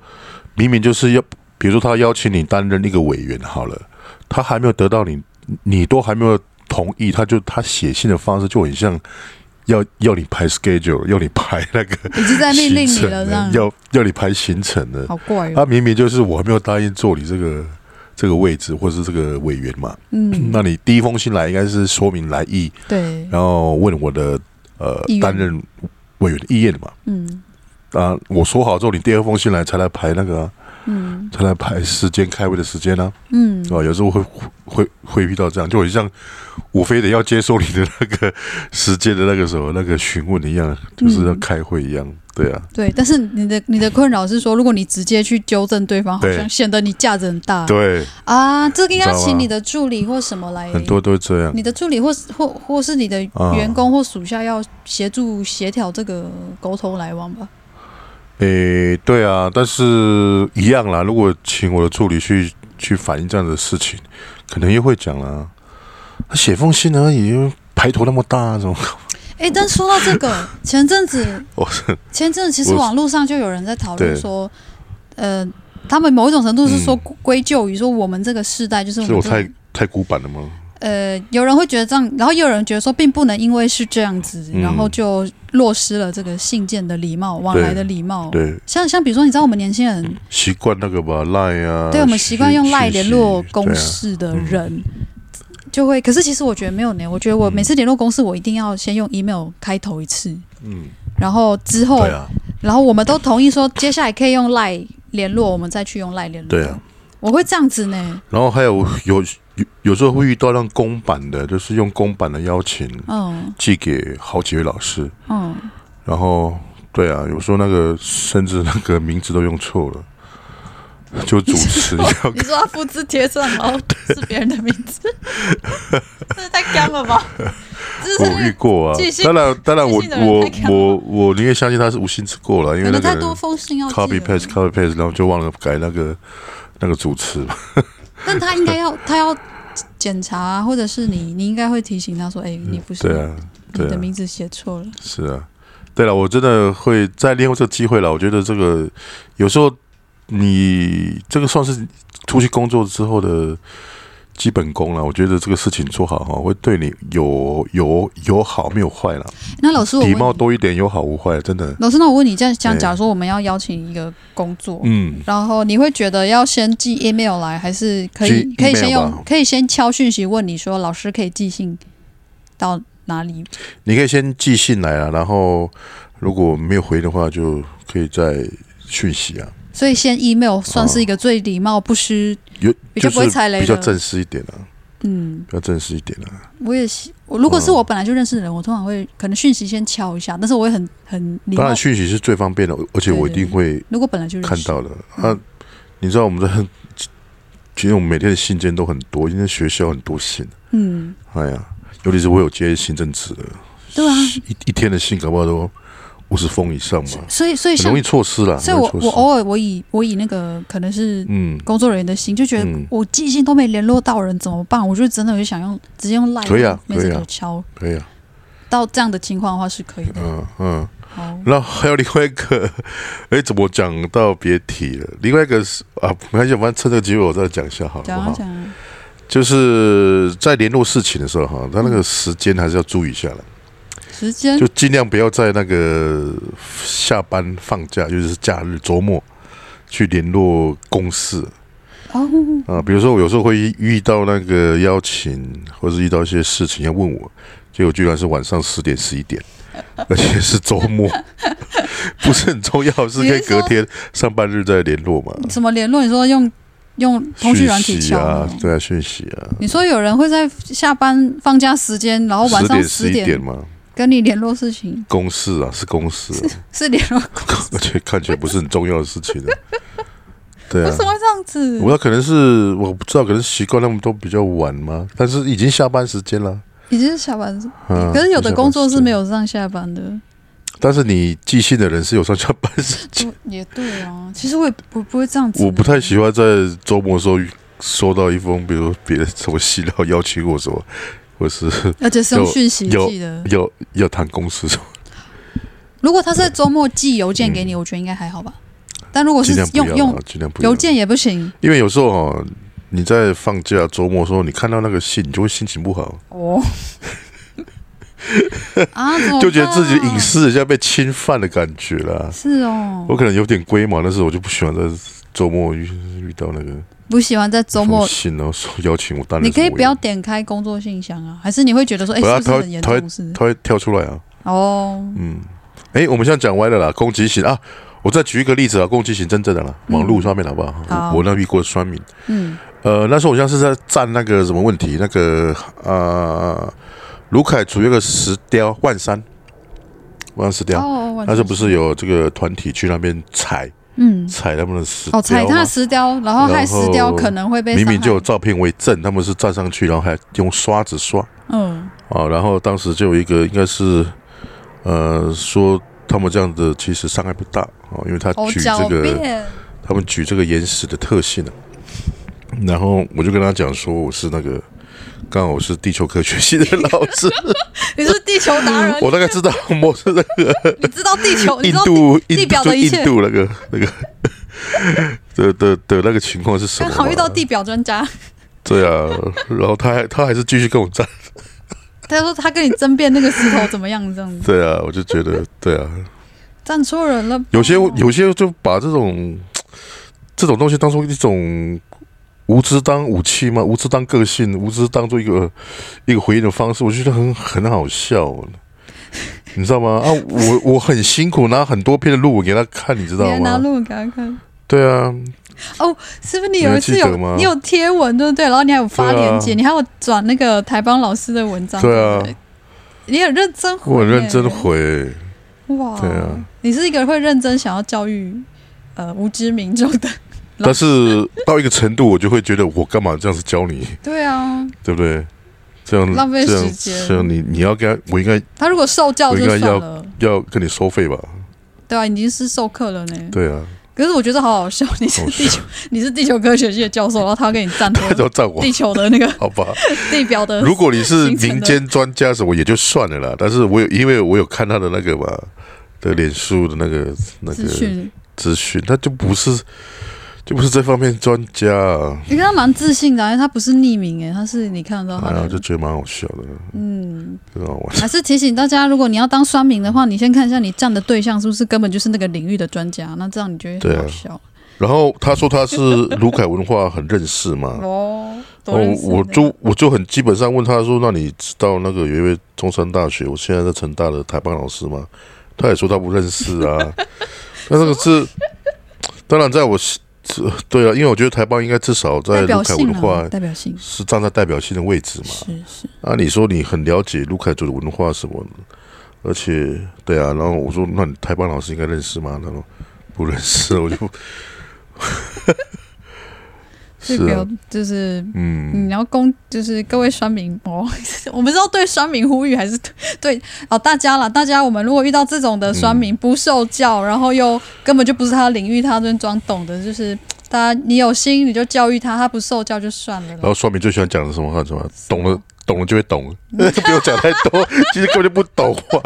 Speaker 2: 明明就是要，比如说他邀请你担任一个委员好了，他还没有得到你，你都还没有同意，他就他写信的方式就很像要要你排 schedule，要你排那 个
Speaker 1: 已经在命令
Speaker 2: 行
Speaker 1: 你
Speaker 2: 程
Speaker 1: 了，这样
Speaker 2: 要要你排行程的。
Speaker 1: 好怪
Speaker 2: 他
Speaker 1: 哦，
Speaker 2: 明明就是我还没有答应做你这个这个位置或是这个委员嘛，
Speaker 1: 嗯，
Speaker 2: 那你第一封信来应该是说明来意，
Speaker 1: 对，
Speaker 2: 然后问我的呃
Speaker 1: 意愿
Speaker 2: 担任委员的意愿嘛。
Speaker 1: 嗯，
Speaker 2: 啊，我说好之后，你第二封信来才来排那个啊、
Speaker 1: 嗯
Speaker 2: 才来排时间开会的时间呢、
Speaker 1: 嗯
Speaker 2: 啊，有时候会会会遇到这样，就很像我非得要接受你的那个时间的那个什么那个询问一样，就是要开会一样，对啊，
Speaker 1: 对，但是你的你的困扰是说，如果你直接去纠正对方，好
Speaker 2: 对
Speaker 1: 像显得你架子很大。
Speaker 2: 对，
Speaker 1: 啊，这个
Speaker 2: 你知
Speaker 1: 要
Speaker 2: 道吗
Speaker 1: 请你的助理或什么来，
Speaker 2: 很多都啊是这样，
Speaker 1: 你的助理或是或或是你的员工或属下要协助协调这个沟通来往吧。
Speaker 2: 诶，对啊，但是一样啦，如果请我的助理去去反映这样的事情，可能又会讲啦，他写封信而已，排头那么大，怎么？
Speaker 1: 哎，但说到这个，前阵子
Speaker 2: 我是
Speaker 1: 前阵子其实
Speaker 2: 我
Speaker 1: 网络上就有人在讨
Speaker 2: 对
Speaker 1: 论说，呃，他们某一种程度是说
Speaker 2: 嗯
Speaker 1: 归咎于说我们这个世代就是我
Speaker 2: 是我
Speaker 1: 们这
Speaker 2: 太太古板了吗？
Speaker 1: 呃，有人会觉得这样，然后也有人觉得说，并不能因为是这样子，
Speaker 2: 嗯
Speaker 1: 然后就落失了这个信件的礼貌，往来的礼貌。
Speaker 2: 对，嗯
Speaker 1: 像像比如说，你知道我们年轻人，
Speaker 2: 习惯那个吧，Line 啊，
Speaker 1: 对我们习惯用赖联络公
Speaker 2: 对啊
Speaker 1: 式的
Speaker 2: 嗯
Speaker 1: 人，就会。可是其实我觉得没有呢，我觉得我每次联络公司，我一定要先用 email 开头一次，
Speaker 2: 嗯，
Speaker 1: 然后之后，
Speaker 2: 对啊，
Speaker 1: 然后我们都同意说，接下来可以用赖联络，我们再去用赖联络。
Speaker 2: 对啊，
Speaker 1: 我会这样子呢，
Speaker 2: 然后还有有有有时候会遇到那种公版的，就是用公版的邀请
Speaker 1: 嗯
Speaker 2: 寄给好几位老师，
Speaker 1: 嗯。
Speaker 2: 然后对啊，有时候那个甚至那个名字都用错了，就主持要
Speaker 1: 你说他复制贴上，然 后是别人的名字， 这太干了吧？这
Speaker 2: 我遇
Speaker 1: 是
Speaker 2: 过啊
Speaker 1: 寄，信
Speaker 2: 当然当然我
Speaker 1: 寄信的人
Speaker 2: 我
Speaker 1: 太看了
Speaker 2: 我我宁愿相信他是无心之过了，因
Speaker 1: 可
Speaker 2: 为那
Speaker 1: 能
Speaker 2: 个
Speaker 1: 太
Speaker 2: 人
Speaker 1: 多封信要寄
Speaker 2: copy
Speaker 1: 了
Speaker 2: paste copy paste，然后就忘了改那个那个主持，
Speaker 1: 但他应该 要他要检查，啊或者是你你应该会提醒他说，哎，你不是
Speaker 2: 对啊对
Speaker 1: 你的
Speaker 2: 啊。
Speaker 1: 名字写错了，
Speaker 2: 是啊，对了，我真的会再利用这个机会了。我觉得这个有时候你这个算是出去工作之后的基本功了。我觉得这个事情做好哈，会对你有有有好没有坏啦，
Speaker 1: 那老师我
Speaker 2: 礼貌
Speaker 1: 问你，
Speaker 2: 多一点有好无坏，真的。
Speaker 1: 老师那我问你，这样这样，
Speaker 2: 哎
Speaker 1: 假如说我们要邀请一个工作。
Speaker 2: 嗯，
Speaker 1: 然后你会觉得要先寄 email 来，还是可以
Speaker 2: 寄
Speaker 1: 可以先
Speaker 2: email 吧
Speaker 1: 用可以先敲讯息问你说老师可以寄信到哪里
Speaker 2: 你可以先寄信来啊，然后如果没有回的话，就可以再讯息啊，
Speaker 1: 所以先 email 算是一个最礼貌、不失
Speaker 2: 有
Speaker 1: 比较
Speaker 2: 就
Speaker 1: 不会
Speaker 2: 是
Speaker 1: 踩雷
Speaker 2: 比较
Speaker 1: 的。
Speaker 2: 正式一点啊，
Speaker 1: 嗯，
Speaker 2: 比较正式一点啊。
Speaker 1: 我也是。我如果是我本来就认识的人，我通常会可能讯息先敲一下，但是我会很很礼
Speaker 2: 当
Speaker 1: 貌
Speaker 2: 然，。讯息是最方便的，而且我一定会
Speaker 1: 如果本来就认
Speaker 2: 看
Speaker 1: 识，
Speaker 2: 到了啊！你知道我们在，其实我们每天的信件都很多，因为学校很多信。
Speaker 1: 嗯，
Speaker 2: 哎呀，尤其是我有接行政职的，
Speaker 1: 对啊，
Speaker 2: 一一天的信搞不好都五十封以上嘛，
Speaker 1: 所以所以
Speaker 2: 很
Speaker 1: 像
Speaker 2: 容易，错失啦。
Speaker 1: 所以我
Speaker 2: 很容易
Speaker 1: 我
Speaker 2: 错失
Speaker 1: 偶尔我以我以那个可能是
Speaker 2: 嗯，
Speaker 1: 工作人员的心，就觉得
Speaker 2: 嗯
Speaker 1: 我寄信都没联络到人怎么办？我就真的就想用直接用赖
Speaker 2: 可以啊
Speaker 1: 没这
Speaker 2: 可以
Speaker 1: 个
Speaker 2: 啊
Speaker 1: 敲。
Speaker 2: 可以啊，
Speaker 1: 到这样的情况的话是可以的。
Speaker 2: 嗯嗯。
Speaker 1: 好，
Speaker 2: 那还有另外一个， 哎，怎么讲到别提了？另外一个是啊，没关系，反正趁这个机会我再讲一下好了，
Speaker 1: 讲啊
Speaker 2: 好不好？
Speaker 1: 讲啊，
Speaker 2: 就是在联络事情的时候哈，他那个时间还是要注意一下了。
Speaker 1: 时 间
Speaker 2: 就尽量不要在那个下班放假，就是假日周末去联络公事
Speaker 1: 哦，
Speaker 2: 啊。比如说，我有时候会遇到那个邀请，或是遇到一些事情要问我，结果居然是晚上十点十 一点，而且是周末，不是很重要，是可以隔天上半日再联络嘛。
Speaker 1: 怎么联络？你说用用通讯软体
Speaker 2: 讯息
Speaker 1: 敲
Speaker 2: 啊
Speaker 1: 吗？，
Speaker 2: 对啊，讯息啊，
Speaker 1: 你说有人会在下班放假时间，然后哦晚
Speaker 2: 十
Speaker 1: 上
Speaker 2: 点
Speaker 1: 十
Speaker 2: 十一点
Speaker 1: 点
Speaker 2: 嘛，
Speaker 1: 跟你联络事情，
Speaker 2: 公事啊，是公事、 啊，
Speaker 1: 是联络？
Speaker 2: 而且看起来不是很重要的事情、啊。对
Speaker 1: 为
Speaker 2: 啊，
Speaker 1: 什么会这样子
Speaker 2: 我？那可能是我不知道，可能习惯他们都比较晚嘛，但是已经下班时间了。
Speaker 1: 已经是下班时，
Speaker 2: 嗯，
Speaker 1: 可是有的工作是没
Speaker 2: 有，
Speaker 1: 有上下班的。
Speaker 2: 但是你寄信的人是有上下班时 间。
Speaker 1: 也对啊，其实我也不不会这样子。
Speaker 2: 我不太喜欢在周末的时候收到一封，比如说别人什么信，然后邀请我什么，或是
Speaker 1: 而且是用
Speaker 2: 有
Speaker 1: 讯息
Speaker 2: 有
Speaker 1: 寄的。
Speaker 2: 要要谈公司什么，
Speaker 1: 如果他是在周末寄邮件给你，我觉得应该还好吧。但如果是
Speaker 2: 嗯尽量不
Speaker 1: 用
Speaker 2: 要
Speaker 1: 用
Speaker 2: 啊，尽量不要
Speaker 1: 邮。件也不行
Speaker 2: 因为有时候哦，你在放假周末的时候，你看到那个信，你就会心情不好，
Speaker 1: 哦。啊，怎么
Speaker 2: 就觉得自己的
Speaker 1: 办
Speaker 2: 隐私一下被侵犯的感觉啦。
Speaker 1: 是哦，
Speaker 2: 我可能有点龟毛，但是我就不喜欢在周末遇遇到那个
Speaker 1: 不喜欢在周末
Speaker 2: 封信，然后说邀请我，当然
Speaker 1: 你可以
Speaker 2: 是我
Speaker 1: 不要点开工作信箱啊，还是你会觉得说，哎、
Speaker 2: 不要
Speaker 1: 是不
Speaker 2: 他
Speaker 1: 是
Speaker 2: 会
Speaker 1: 很严重的事？
Speaker 2: 他会跳出来啊，
Speaker 1: 哦，
Speaker 2: 嗯，哎，我们现在讲歪了啦，攻击型啊，我再举一个例子啊，共济型真正的啦，网络上面好不好？
Speaker 1: 嗯好
Speaker 2: 我我那遇过酸民，
Speaker 1: 嗯，
Speaker 2: 呃，那时候我像是在站那个什么问题，那个呃，卢凯族有个石雕万山，万山石雕，
Speaker 1: 哦，
Speaker 2: 那时候不是有这个团体去那边踩
Speaker 1: 嗯，
Speaker 2: 踩他们的石雕
Speaker 1: 哦，踩他
Speaker 2: 吗
Speaker 1: 的石雕，然后害石雕可能会被
Speaker 2: 明
Speaker 1: 伤害
Speaker 2: 明就有照片为证，他们是站上去，然后还用刷子刷
Speaker 1: 嗯
Speaker 2: 啊，然后当时就有一个应该是呃说他们这样子其实伤害不大啊，因为他
Speaker 1: 哦
Speaker 2: 举
Speaker 1: 狡
Speaker 2: 这个
Speaker 1: 辩，
Speaker 2: 他们举这个岩石的特性啊，然后我就跟他讲说我是那个。刚好我是地球科学系的老 师，
Speaker 1: 你是地球达人，
Speaker 2: 我大概知道我是那个
Speaker 1: 你知道地球，你
Speaker 2: 印
Speaker 1: 知道
Speaker 2: 度
Speaker 1: 地
Speaker 2: 印
Speaker 1: 表
Speaker 2: 度
Speaker 1: 的一
Speaker 2: 印
Speaker 1: 切
Speaker 2: 度那个那个 的的的那个情况是什么啊
Speaker 1: 刚
Speaker 2: 嘛？
Speaker 1: 好遇到地表专家，
Speaker 2: 对啊，然后他还他还是继续跟我站，
Speaker 1: 他说他跟你争辩那个石头怎么样，这样子
Speaker 2: 对啊，我就觉得 对啊，
Speaker 1: 站错人了吧，
Speaker 2: 有些有些就把这种这种东西当做一种无知当武器嘛，无知当个性，无知当做一个一个回应的方式，我觉得很很好笑，你知道吗？啊，我我很辛苦拿很多篇的论文给他看，你知
Speaker 1: 你
Speaker 2: 道
Speaker 1: 还拿
Speaker 2: 吗？
Speaker 1: 录给他看。
Speaker 2: 对啊，
Speaker 1: 是不是你有一次
Speaker 2: 你还记得吗
Speaker 1: 有你有贴文对不对？然后你还有发
Speaker 2: 对啊
Speaker 1: 链接，你还有转那个台邦老师的文章，
Speaker 2: 对啊
Speaker 1: 不对，你很认真回耶，
Speaker 2: 我很认真
Speaker 1: 哦
Speaker 2: 回，
Speaker 1: 哇，
Speaker 2: 对啊，
Speaker 1: 你是一个会认真想要教育呃无知民众的，
Speaker 2: 但是到一个程度，我就会觉得我干嘛这样子教你，
Speaker 1: 对啊，
Speaker 2: 对不对？这样
Speaker 1: 浪费
Speaker 2: 这样
Speaker 1: 时间
Speaker 2: 这样你你要跟他我应该
Speaker 1: 他如果受教
Speaker 2: 我
Speaker 1: 就
Speaker 2: 应该
Speaker 1: 算
Speaker 2: 要
Speaker 1: 了，
Speaker 2: 要跟你收费吧？
Speaker 1: 对啊，已经是授课了呢。
Speaker 2: 对啊，
Speaker 1: 可是我觉得好好笑， 你是
Speaker 2: 好
Speaker 1: 地球，你是地球科学系的教授，然后他要跟你站
Speaker 2: 他就
Speaker 1: 多
Speaker 2: 要赞我
Speaker 1: 地，球的那 个
Speaker 2: 好吧？
Speaker 1: 地表的，
Speaker 2: 如果你是
Speaker 1: 形成呃的
Speaker 2: 民间专家什么也就算了啦，但是我有因为我有看他的那个嘛的脸书的那个那
Speaker 1: 资
Speaker 2: 个
Speaker 1: 讯，
Speaker 2: 资讯，他就不是就不是这方面专家、啊，
Speaker 1: 你看他蛮自信的啊，因为他不是匿名诶，他是你看得到他
Speaker 2: 然
Speaker 1: 哦
Speaker 2: 后
Speaker 1: 的
Speaker 2: 哎就觉得蛮好笑的，
Speaker 1: 嗯。
Speaker 2: 知道 吗？
Speaker 1: 还是提醒大家，如果你要当酸民的话，你先看一下你站的对象是不是根本就是那个领域的专家，那这样你就会
Speaker 2: 对
Speaker 1: 很
Speaker 2: 啊
Speaker 1: 好笑、
Speaker 2: 然后他说他是卢凯文化很认识嘛，
Speaker 1: 哦。多
Speaker 2: 哦
Speaker 1: 认，识
Speaker 2: 我
Speaker 1: 的
Speaker 2: 就我就很基本上问他说：“那你知道那个有一位中山大学，我现在在成大的台邦老师吗？”他也说他不认 识啊。那这个是，当然在我是是对啊，因为我觉得台邦应该至少在
Speaker 1: 代
Speaker 2: 卢
Speaker 1: 表
Speaker 2: 凯
Speaker 1: 性
Speaker 2: 文
Speaker 1: 啊，
Speaker 2: 化
Speaker 1: 代表性
Speaker 2: 是站在代表性的位置嘛。
Speaker 1: 是是，
Speaker 2: 啊，你说你很了解卢凯族的文化什么的，而且对啊，然后我说：“那你台邦老师应该认识吗？”他说：“不认识。”我就
Speaker 1: 所以
Speaker 2: 是
Speaker 1: 不要
Speaker 2: 啊，
Speaker 1: 就是。
Speaker 2: 嗯。
Speaker 1: 你要攻就是各位酸民哦， 我们是要对酸民呼吁，还是对哦大家啦？大家我们如果遇到这种的酸民不受教，然后又根本就不是他的领域，他在装懂的，就是大家你有心你就教育他，他不受教就算了啦。
Speaker 2: 然后双明最喜欢讲的什么话？什么懂了，懂了就会 懂，不用讲太多，其实根本就不懂话，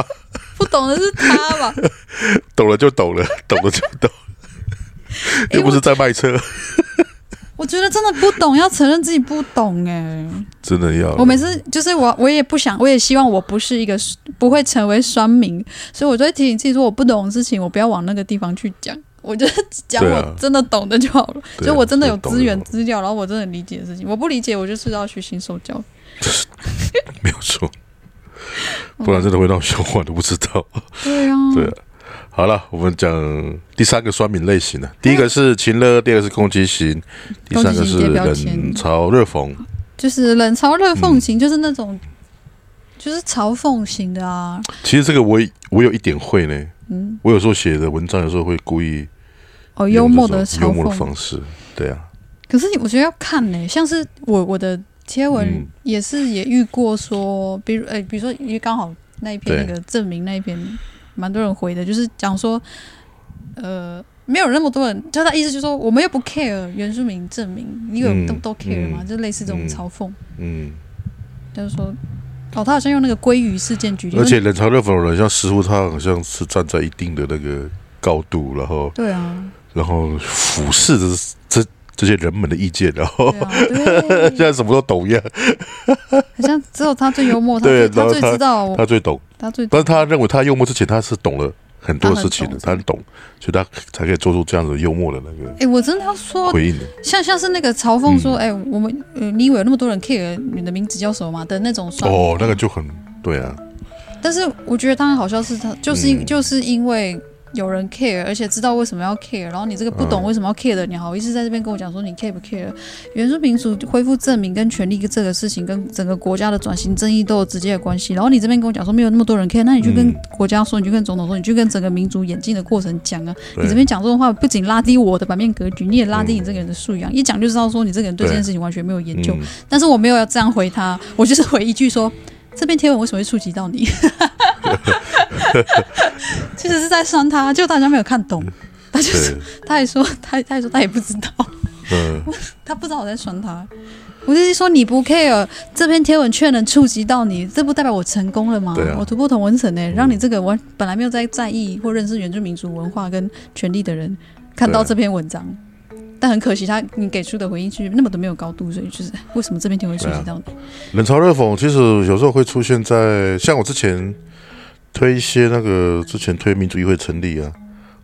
Speaker 1: 不懂的是他吧？
Speaker 2: 懂了就懂了，懂了就懂，
Speaker 1: 哎
Speaker 2: 又不是在卖车，
Speaker 1: 我觉得真的不懂，要承认自己不懂哎、
Speaker 2: 真的要
Speaker 1: 我每次就是我，我也不想，我也希望我不是一个不会成为酸民，所以我就会提醒自己说，我不懂的事情，我不要往那个地方去讲，我就讲
Speaker 2: 对啊
Speaker 1: 我真的懂的就好了。
Speaker 2: 对啊
Speaker 1: 所以我真的有
Speaker 2: 就懂就
Speaker 1: 资源
Speaker 2: 好
Speaker 1: 资料，然后我真的理解的事情，我不理解，我就是要虚心受教。
Speaker 2: 没有错，不然真的会让笑话都不知道。
Speaker 1: 对啊，
Speaker 2: 对啊好了，我们讲第三个酸民类型了。第一个是情乐，第二个是攻击型，第三个是冷嘲热讽。
Speaker 1: 就是冷嘲热讽
Speaker 2: 嗯
Speaker 1: 型，就是那种就是嘲讽型的啊。
Speaker 2: 其实这个我我有一点会呢，
Speaker 1: 嗯，
Speaker 2: 我有时候写的文章有时候会故意
Speaker 1: 哦，幽
Speaker 2: 用
Speaker 1: 默
Speaker 2: 这
Speaker 1: 的
Speaker 2: 种
Speaker 1: 嘲
Speaker 2: 幽默的
Speaker 1: 讽
Speaker 2: 方式，对啊。
Speaker 1: 可是我觉得要看呢、像是我我的贴文
Speaker 2: 嗯
Speaker 1: 也是也遇过说，比如呃、比如说因为刚好那一篇
Speaker 2: 对
Speaker 1: 那个证明那一篇，蛮多人回的，就是讲说，呃，没有那么多人，就他意思就是说，我们又不 care 原住民证明，你有
Speaker 2: 嗯
Speaker 1: 都、都 care 吗？
Speaker 2: 嗯
Speaker 1: 就类似这种
Speaker 2: 嗯
Speaker 1: 嘲讽，
Speaker 2: 嗯，
Speaker 1: 就是说，哦，他好像用那个鲑鱼事件举例，
Speaker 2: 而且冷嘲热讽的人，像似乎他好像是站在一定的那个高度，然后
Speaker 1: 对啊，
Speaker 2: 然后俯视着这这些人们的意见，然后
Speaker 1: 对啊，对
Speaker 2: 现在什么都懂一样，
Speaker 1: 好像只有他最幽默，他最
Speaker 2: 对
Speaker 1: 他
Speaker 2: 然后
Speaker 1: 最知道，
Speaker 2: 他最懂。
Speaker 1: 他最
Speaker 2: 但是他认为他幽默之前，他是懂了很多事情的，
Speaker 1: 他
Speaker 2: 他
Speaker 1: 很
Speaker 2: 很懂，所以他才可以做出这样子幽默的那个
Speaker 1: 哎、我真的要说
Speaker 2: 回应的。
Speaker 1: 像像是那个嘲讽
Speaker 2: 嗯
Speaker 1: 说，哎、我们、呃，你以为有那么多人 care 你的名字叫什么吗的那种
Speaker 2: 哦
Speaker 1: 酸。
Speaker 2: 哦，那个就很对啊，
Speaker 1: 但是我觉得他很好笑是他就是因、
Speaker 2: 嗯
Speaker 1: 就是因为有人 care，而且知道为什么要 care，然后你这个不
Speaker 2: 嗯
Speaker 1: 懂为什么要 care 的，你好意思在这边跟我讲说你 care 不 care？原住民族恢复证明跟权利这个事情，跟整个国家的转型正义都有直接的关系。然后你这边跟我讲说没有那么多人 care，那你去跟
Speaker 2: 嗯
Speaker 1: 国家说，你去跟总统说，你去跟整个民族演进的过程讲啊。
Speaker 2: 对
Speaker 1: 你这边讲这种话，不仅拉低我的版面格局，你也拉低你这个人的素养。一讲就知道说你这个人对这件事情完全没有研究。
Speaker 2: 嗯，
Speaker 1: 但是我没有要这样回他，我就是回一句说。这篇贴文为什么会触及到你？ 其实是在酸他，就大家没有看懂。他就
Speaker 2: 对
Speaker 1: 是，他还说，他他还说他也不知道，
Speaker 2: 嗯，
Speaker 1: 他不知道我在酸他。我就是说你不 care 这篇贴文却能触及到你，这不代表我成功了吗？
Speaker 2: 对啊
Speaker 1: 我突破同文层呢、让你这个完本来没有在在意或认识原住民族文化跟权利的人看到
Speaker 2: 对啊
Speaker 1: 这篇文章。
Speaker 2: 啊
Speaker 1: 但很可惜他，你给出的回应是那么的没有高度，所以就是为什么这篇贴文会触及到你？
Speaker 2: 啊冷嘲热讽其实有时候会出现在像我之前推一些那个之前推民主议会成立啊，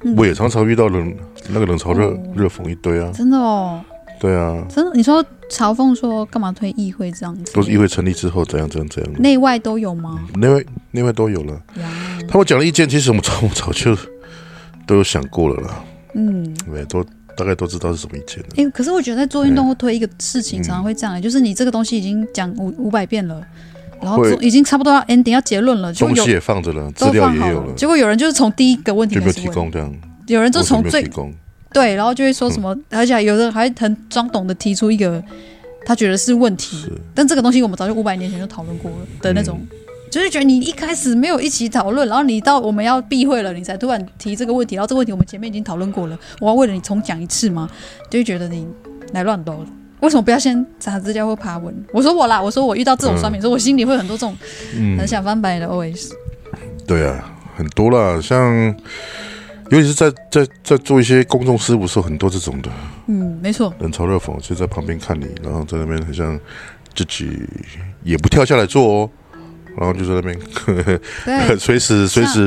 Speaker 1: 嗯
Speaker 2: 我也常常遇到冷那个冷嘲热
Speaker 1: 哦
Speaker 2: 热讽一堆啊，
Speaker 1: 真的哦，
Speaker 2: 对啊，
Speaker 1: 真的，你说嘲讽说干嘛推议会这样子？
Speaker 2: 都是议会成立之后怎样怎样怎样，
Speaker 1: 内外都有吗？
Speaker 2: 内外内外都有了。
Speaker 1: 呀
Speaker 2: 他们讲的意见，其实我们早我早就都有想过了啦，
Speaker 1: 嗯，
Speaker 2: 对，都大概都知道是什么意见了。
Speaker 1: 哎、可是我觉得在做运动或推一个事
Speaker 2: 嗯
Speaker 1: 情，常常会这样、就是你这个东西已经讲五五百遍了，然后
Speaker 2: 会
Speaker 1: 做已经差不多要 ending 要结论了，就
Speaker 2: 东
Speaker 1: 有
Speaker 2: 西也放着了，资
Speaker 1: 都
Speaker 2: 料
Speaker 1: 放
Speaker 2: 也
Speaker 1: 好
Speaker 2: 有
Speaker 1: 了，
Speaker 2: 了，
Speaker 1: 结果有人就是从第一个问题
Speaker 2: 就没
Speaker 1: 开
Speaker 2: 有
Speaker 1: 始
Speaker 2: 提
Speaker 1: 问，
Speaker 2: 供这样，
Speaker 1: 有人就
Speaker 2: 或是
Speaker 1: 从
Speaker 2: 没有
Speaker 1: 最
Speaker 2: 提供，
Speaker 1: 对，然后就会说什么，而且还有的还很装懂的提出一个他觉得是问题，但这个东西我们早就五百年前就讨论过了的那种。就是觉得你一开始没有一起讨论，然后你到我们要避讳了，你才突然提这个问题，然后这个问题我们前面已经讨论过了，我要为了你重讲一次吗？就会觉得你来乱斗了。为什么不要先查资料或爬文？我说我啦，我说我遇到这种酸民，说我心里会很多这种
Speaker 2: 嗯
Speaker 1: 很，想翻白眼的 OS。
Speaker 2: 对啊，很多啦，像尤其是在在在做一些公众事务的时候，很多这种的
Speaker 1: 嗯，没错，
Speaker 2: 冷嘲热讽，就在旁边看你，然后在那边很像自己也不跳下来做哦，然后就在那边呵呵
Speaker 1: 对
Speaker 2: 随时随时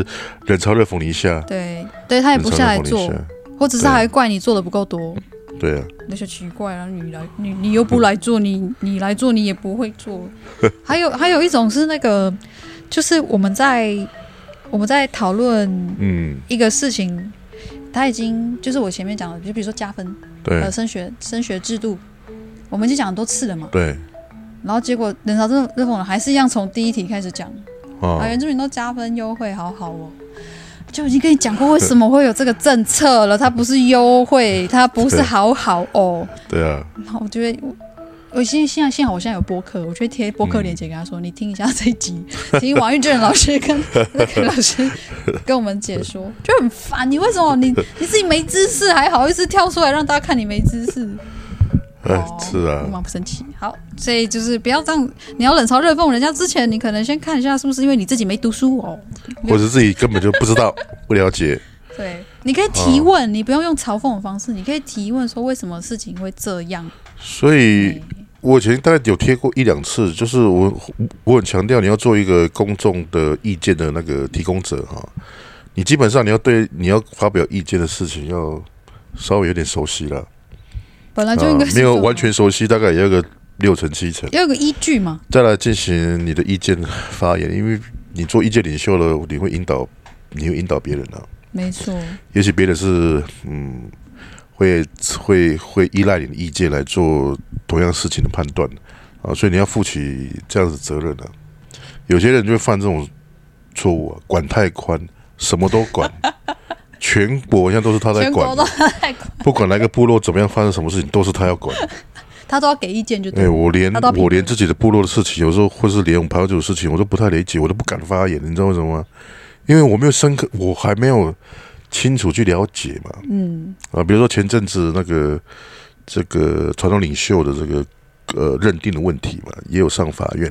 Speaker 2: 冷嘲热讽你一下，
Speaker 1: 对对，他也
Speaker 2: 冷
Speaker 1: 不
Speaker 2: 嘲
Speaker 1: 下来
Speaker 2: 热讽你一
Speaker 1: 做，
Speaker 2: 下，
Speaker 1: 或者是
Speaker 2: 对
Speaker 1: 他还怪你做的不够多。
Speaker 2: 对啊，
Speaker 1: 那就奇怪了，你来，你你又不来做，你你来做，你也不会做。 还有还有一种是那个，就是我们在我们在讨论
Speaker 2: 嗯，
Speaker 1: 一个事情，他已经就是我前面讲的，就比如说加分，
Speaker 2: 对
Speaker 1: 呃，升学升学制度，我们已经讲很多次了嘛。
Speaker 2: 对啊
Speaker 1: 然后结果冷嘲热热讽的还是一样从第一题开始讲，
Speaker 2: 啊
Speaker 1: 啊，，原住民都加分优惠，好好哦。就已经跟你讲过为什么会有这个政策了，它不是优惠，它不是
Speaker 2: 对
Speaker 1: 好好哦。
Speaker 2: 对啊，
Speaker 1: 然后我就会，我我现在现在幸好我现在有播客，我就会贴播
Speaker 2: 嗯
Speaker 1: 客链接给他说，你听一下这一集，听王玉娟老师 跟那个老师跟我们解说，就很烦。你为什么你你自己没知识，还好意思跳出来让大家看你没知识？
Speaker 2: 哎
Speaker 1: 哦，
Speaker 2: 是啊
Speaker 1: 我，蛮不生气。好，所以就是不要这样，你要冷嘲热讽人家之前，你可能先看一下是不是因为你自己没读书哦。
Speaker 2: 或者自己根本就不知道、不了解，
Speaker 1: 对，你可以提问，你不用用嘲讽的方式，你可以提问说为什么事情会这样。
Speaker 2: 所以
Speaker 1: 哎
Speaker 2: 我以前大概有贴过一两次，就是我我很强调你要做一个公众的意见的那个提供者哈，你基本上你要对你要发表意见的事情要稍微有点熟悉了，
Speaker 1: 本来
Speaker 2: 啊
Speaker 1: 就应该、是
Speaker 2: 没有
Speaker 1: 这样
Speaker 2: 完全熟悉，大概也要个六成七成，
Speaker 1: 要有个依据嘛。
Speaker 2: 再来进行你的意见发言，因为你做意见领袖了，你会引导你会引导别人啊，
Speaker 1: 没错，
Speaker 2: 也许别人是嗯，会会会依赖你的意见来做同样事情的判断啊，所以你要负起这样子责任啊。有些人就会犯这种错误啊，管太宽，什么都管， 全国现在都是他在
Speaker 1: 全
Speaker 2: 管
Speaker 1: 国
Speaker 2: 的
Speaker 1: 都，太管，
Speaker 2: 不管哪个部落怎么样发生什么事情，都是他要管。
Speaker 1: 他都要给意见就
Speaker 2: 哎、
Speaker 1: 对了。
Speaker 2: 我连
Speaker 1: 他都要评
Speaker 2: 我连
Speaker 1: 论
Speaker 2: 自己的部落的事情，有时候或是连我们排球的事情，我都不太理解，我都不敢发言，你知道为什么吗？因为我没有深刻，我还没有清楚去了解嘛。
Speaker 1: 嗯，
Speaker 2: 啊，比如说前阵子那个这个传统领袖的这个呃认定的问题嘛，也有上法院。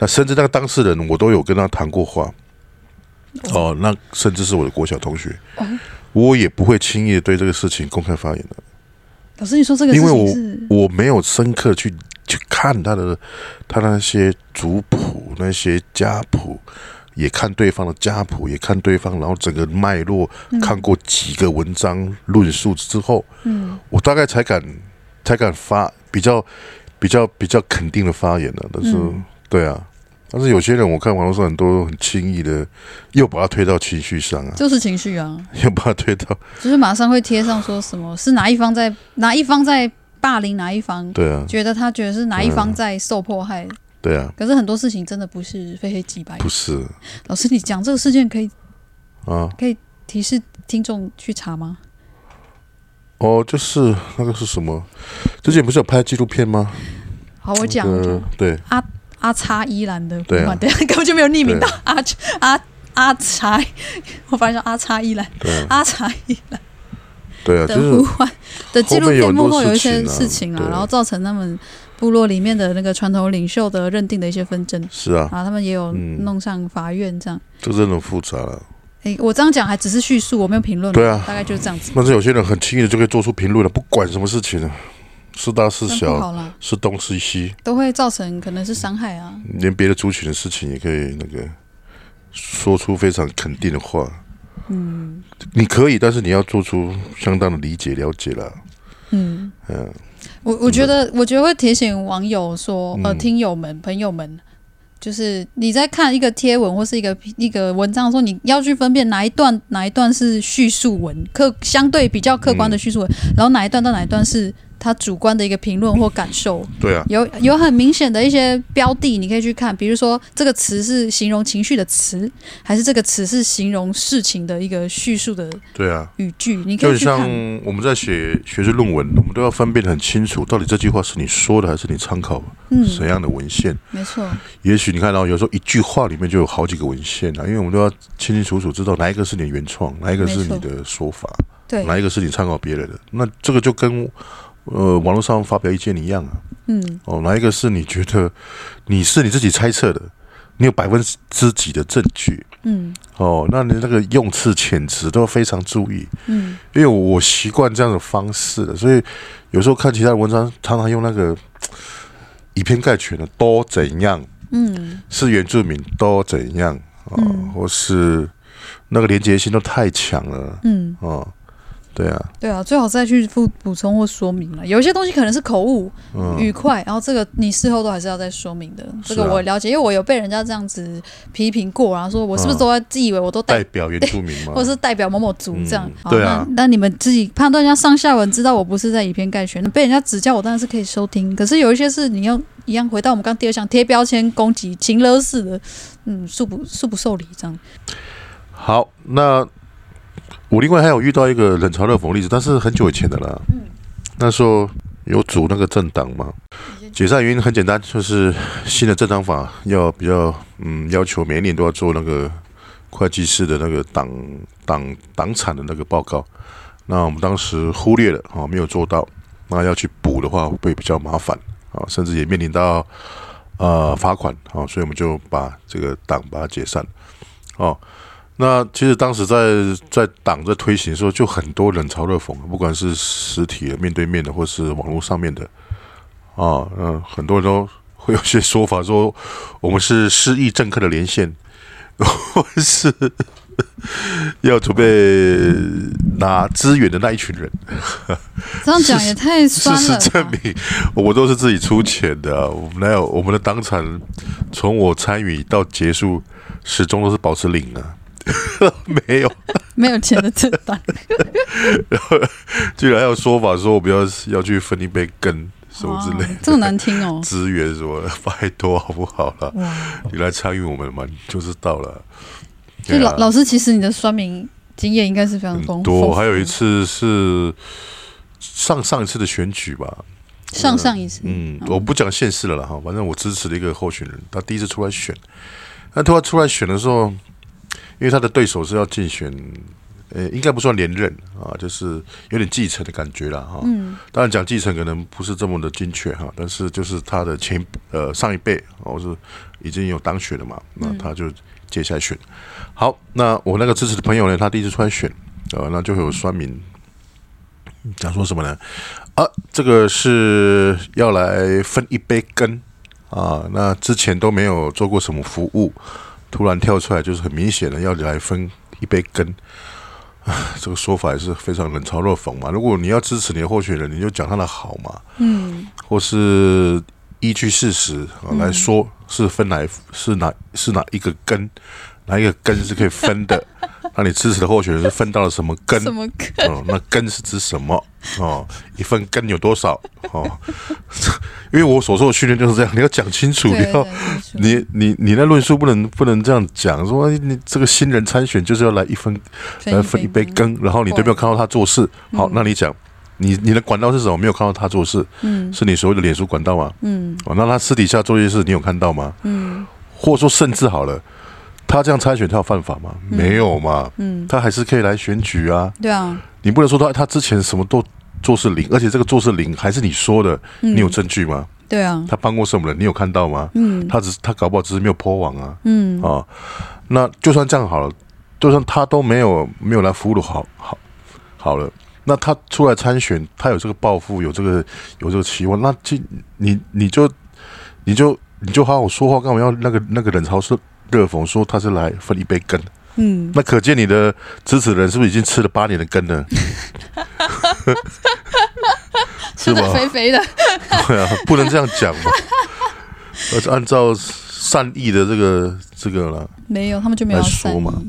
Speaker 2: 那甚至那个当事人，我都有跟他谈过话。哦，那甚至是我的国小同学，
Speaker 1: 哦
Speaker 2: 我也不会轻易的对这个事情公开发言的，
Speaker 1: 老师，你说这个事
Speaker 2: 因为
Speaker 1: 情
Speaker 2: 我
Speaker 1: 是
Speaker 2: 我没有深刻去去看他的他那些族谱、那些家谱，也看对方的家谱，也看对方，然后整个脉络，看过几个文章论述之后，
Speaker 1: 嗯，
Speaker 2: 我大概才敢才敢发比较比较比较肯定的发言呢、但是、
Speaker 1: 嗯
Speaker 2: 对啊，但是有些人我看网络上很多很轻易的，又把它推到情绪 上啊，
Speaker 1: 就是情绪啊，
Speaker 2: 又把它推到
Speaker 1: 就是马上会贴上说什么是哪一方在哪一方在霸凌哪一方，
Speaker 2: 对啊，
Speaker 1: 觉得他觉得是哪一方在受迫害。
Speaker 2: 对啊，
Speaker 1: 可是很多事情真的不是非黑即白。
Speaker 2: 不是
Speaker 1: 老师，你讲这个事件可以
Speaker 2: 啊，
Speaker 1: 提示听众去查吗？
Speaker 2: 哦，就是那个是什么？之前不是有拍纪录片吗？
Speaker 1: 好，我讲
Speaker 2: 那个对
Speaker 1: 阿叉依兰的
Speaker 2: 对啊
Speaker 1: 不管等一下根本就没有匿名到
Speaker 2: 对啊
Speaker 1: 阿阿阿叉，我发现阿叉依兰
Speaker 2: 对啊
Speaker 1: 阿叉依兰
Speaker 2: 对啊，就
Speaker 1: 的呼
Speaker 2: 是
Speaker 1: 唤的纪录片幕后有一些事情
Speaker 2: 后面有很多事情啊
Speaker 1: 啦，
Speaker 2: 对
Speaker 1: 然后造成他们部落里面的那个传统领袖的认定的一些纷争，
Speaker 2: 是啊，
Speaker 1: 然后他们也有
Speaker 2: 嗯
Speaker 1: 弄上法院这样。
Speaker 2: 这真的很复杂了。
Speaker 1: 诶，我这样讲还只是叙述，我没有评论，
Speaker 2: 对啊
Speaker 1: 大概就是这样子，
Speaker 2: 但是有些人很轻易的就可以做出评论了，不管什么事情啊，是大是
Speaker 1: 这样不
Speaker 2: 小，
Speaker 1: 好啦，
Speaker 2: 是东是西，
Speaker 1: 都会造成可能是伤害啊。
Speaker 2: 连别的族群的事情也可以那个说出非常肯定的话。
Speaker 1: 嗯
Speaker 2: 你可以，但是你要做出相当的理解、了解啦。
Speaker 1: 嗯。
Speaker 2: 嗯，
Speaker 1: 我我觉得，我觉得会提醒网友说，呃，
Speaker 2: 嗯
Speaker 1: 听友们、朋友们，就是你在看一个贴文或是一个一个文章的时候，你要去分辨哪一段哪一段是叙述文，客相对比较客观的叙述文，
Speaker 2: 嗯
Speaker 1: 然后哪一段到哪一段是他主观的一个评论或感受。
Speaker 2: 对啊，
Speaker 1: 有有很明显的一些标的，你可以去看，比如说这个词是形容情绪的词，还是这个词是形容事情的一个叙述的
Speaker 2: 对啊，
Speaker 1: 语句，你可
Speaker 2: 就很嗯
Speaker 1: 以去
Speaker 2: 像
Speaker 1: 看。
Speaker 2: 我们在写学术论文，我们都要分辨得很清楚，到底这句话是你说的还是你参考
Speaker 1: 嗯，
Speaker 2: 怎样的文献。
Speaker 1: 没错，
Speaker 2: 也许你看到、有时候一句话里面就有好几个文献啊，因为我们都要清清楚楚知道哪一个是你的原创，哪一个是
Speaker 1: 没错
Speaker 2: 你的说法，
Speaker 1: 对，
Speaker 2: 哪一个是你参考别人的。那这个就跟呃网络上发表意见一样啊，
Speaker 1: 嗯，
Speaker 2: 哦，哪一个是你觉得你是你自己猜测的，你有百分之几的证据？
Speaker 1: 嗯，
Speaker 2: 哦，那你那个用词遣词都要非常注意，
Speaker 1: 嗯。
Speaker 2: 因为我习惯这样的方式的，所以有时候看其他的文章，常常用那个以偏概全的，都怎样
Speaker 1: 嗯
Speaker 2: 是原住民，都怎样啊、哦
Speaker 1: 嗯
Speaker 2: 或是那个连结性都太强了，
Speaker 1: 嗯，
Speaker 2: 哦，对啊，
Speaker 1: 对啊，最好再去附补充或说明了。有一些东西可能是口误、
Speaker 2: 嗯，
Speaker 1: 语快，然后这个你事后都还是要再说明的。这个
Speaker 2: 是啊
Speaker 1: 我了解，因为我有被人家这样子批评过，然后说我是不是都在自以为我都代，
Speaker 2: 嗯代表原住民嘛，
Speaker 1: 或者是代表某某族这样
Speaker 2: 嗯？
Speaker 1: 好
Speaker 2: 对啊
Speaker 1: 那那你们自己判断一下上下文，知道我不是在以偏概全。被人家指教，我当然是可以收听。可是有一些是你要一样回到我们刚第二项贴标签、攻击、情勒式的，嗯，恕不恕不受理这样。
Speaker 2: 好，那我另外还有遇到一个冷嘲热讽的例子，但是很久以前的啦。嗯，那时候有组那个政党嘛，解散原因很简单，就是新的政党法要比较嗯要求每一年都要做那个会计师的那个党党党产的那个报告。那我们当时忽略了啊、哦，没有做到。那要去补的话，会比较麻烦啊、甚至也面临到呃罚款啊、所以我们就把这个党把它解散哦。那其实当时在在党在推行的时候，就很多冷嘲热讽，不管是实体的、面对面的，或是网络上面的，啊，嗯、很多人都会有些说法说我们是失意政客的连线，我们是要准备拿资源的那一群人。
Speaker 1: 这样讲也太酸
Speaker 2: 事
Speaker 1: 了
Speaker 2: 实
Speaker 1: 吧。
Speaker 2: 证明，我都是自己出钱的啊、我们哪有我们的党产，从我参与到结束，始终都是保持零啊， 没有。
Speaker 1: 没有钱的政党，
Speaker 2: 居然还有说法说我们要要去分一杯羹什么之类
Speaker 1: 哇这么难听 哦。
Speaker 2: 资源什么的，拜托好不好啦？
Speaker 1: 哇，
Speaker 2: 你来参与我们嘛，你就知道了。
Speaker 1: 所以
Speaker 2: 对
Speaker 1: 老、
Speaker 2: 啊
Speaker 1: 老师，其实你的酸民经验应该是非常丰
Speaker 2: 很
Speaker 1: 丰
Speaker 2: 多，
Speaker 1: 富
Speaker 2: 还有一次是上上一次的选举吧，
Speaker 1: 上上一次，哦
Speaker 2: 嗯，我不讲县市了啦哈，反正我支持的一个候选人，他第一次出来选，那他出来选的时候，因为他的对手是要竞选，呃，应该不算连任啊，就是有点继承的感觉了哈。嗯，当然讲继承可能不是这么的精确哈，但是就是他的前呃上一辈哦是已经有当选了嘛，那他就接下来选。好，那我那个支持的朋友呢，他第一次出来选，呃，那就会有酸民讲说什么呢？啊，这个是要来分一杯羹啊，那之前都没有做过什么服务，突然跳出来就是很明显的要来分一杯羹。啊，这个说法也是非常冷嘲热讽嘛。如果你要支持你的候选人，你就讲他的好嘛，
Speaker 1: 嗯，
Speaker 2: 或是依据事实啊来说，是分哪是哪是哪一个根，哪一个根是可以 分的，那你支持的候选人是分到了什么根？
Speaker 1: 什么
Speaker 2: 哦，那根是指什么？哦，一份根有多少？哦， 因为我所受的训练就是这样，你要讲清楚，
Speaker 1: 对
Speaker 2: 你要你你你那论述不能不能这样讲，说哎你这个新人参选就是要来一分来呃分一杯，羹，
Speaker 1: 嗯
Speaker 2: 然后你都没有看到他做事。好，那你讲你你的管道是什么？没有看到他做事，
Speaker 1: 嗯
Speaker 2: 是你所谓的脸书管道吗？
Speaker 1: 嗯
Speaker 2: 哦，那他私底下做这些事，你有看到吗？
Speaker 1: 嗯
Speaker 2: 或者说甚至好了，他这样参选，他有犯法吗？没有嘛，
Speaker 1: 嗯，
Speaker 2: 他还是可以来选举啊。
Speaker 1: 对啊，
Speaker 2: 你不能说他他之前什么都做是零，而且这个做是零还是你说的，
Speaker 1: 嗯
Speaker 2: 你有证据吗？
Speaker 1: 对啊，
Speaker 2: 他帮过什么人？你有看到吗？
Speaker 1: 嗯
Speaker 2: 他只是他搞不好只是没有破网啊。
Speaker 1: 嗯
Speaker 2: 啊、那就算这样好了，就算他都没有没有来服务的好好好了，那他出来参选，他有这个抱负，有这个有这个期望，那就你你就你就你就好好说话，干嘛要那个那个冷嘲热热讽说他是来分一杯羹？
Speaker 1: 嗯，
Speaker 2: 那可见你的支持人是不是已经吃了八 年的羹呢？是
Speaker 1: 现
Speaker 2: 吧
Speaker 1: 在？肥肥的，
Speaker 2: 对啊，不能这样讲嘛。而是按照善意的这个这个了，
Speaker 1: 没有，他们就没有
Speaker 2: 来
Speaker 1: 要
Speaker 2: 说
Speaker 1: 善意
Speaker 2: 嘛。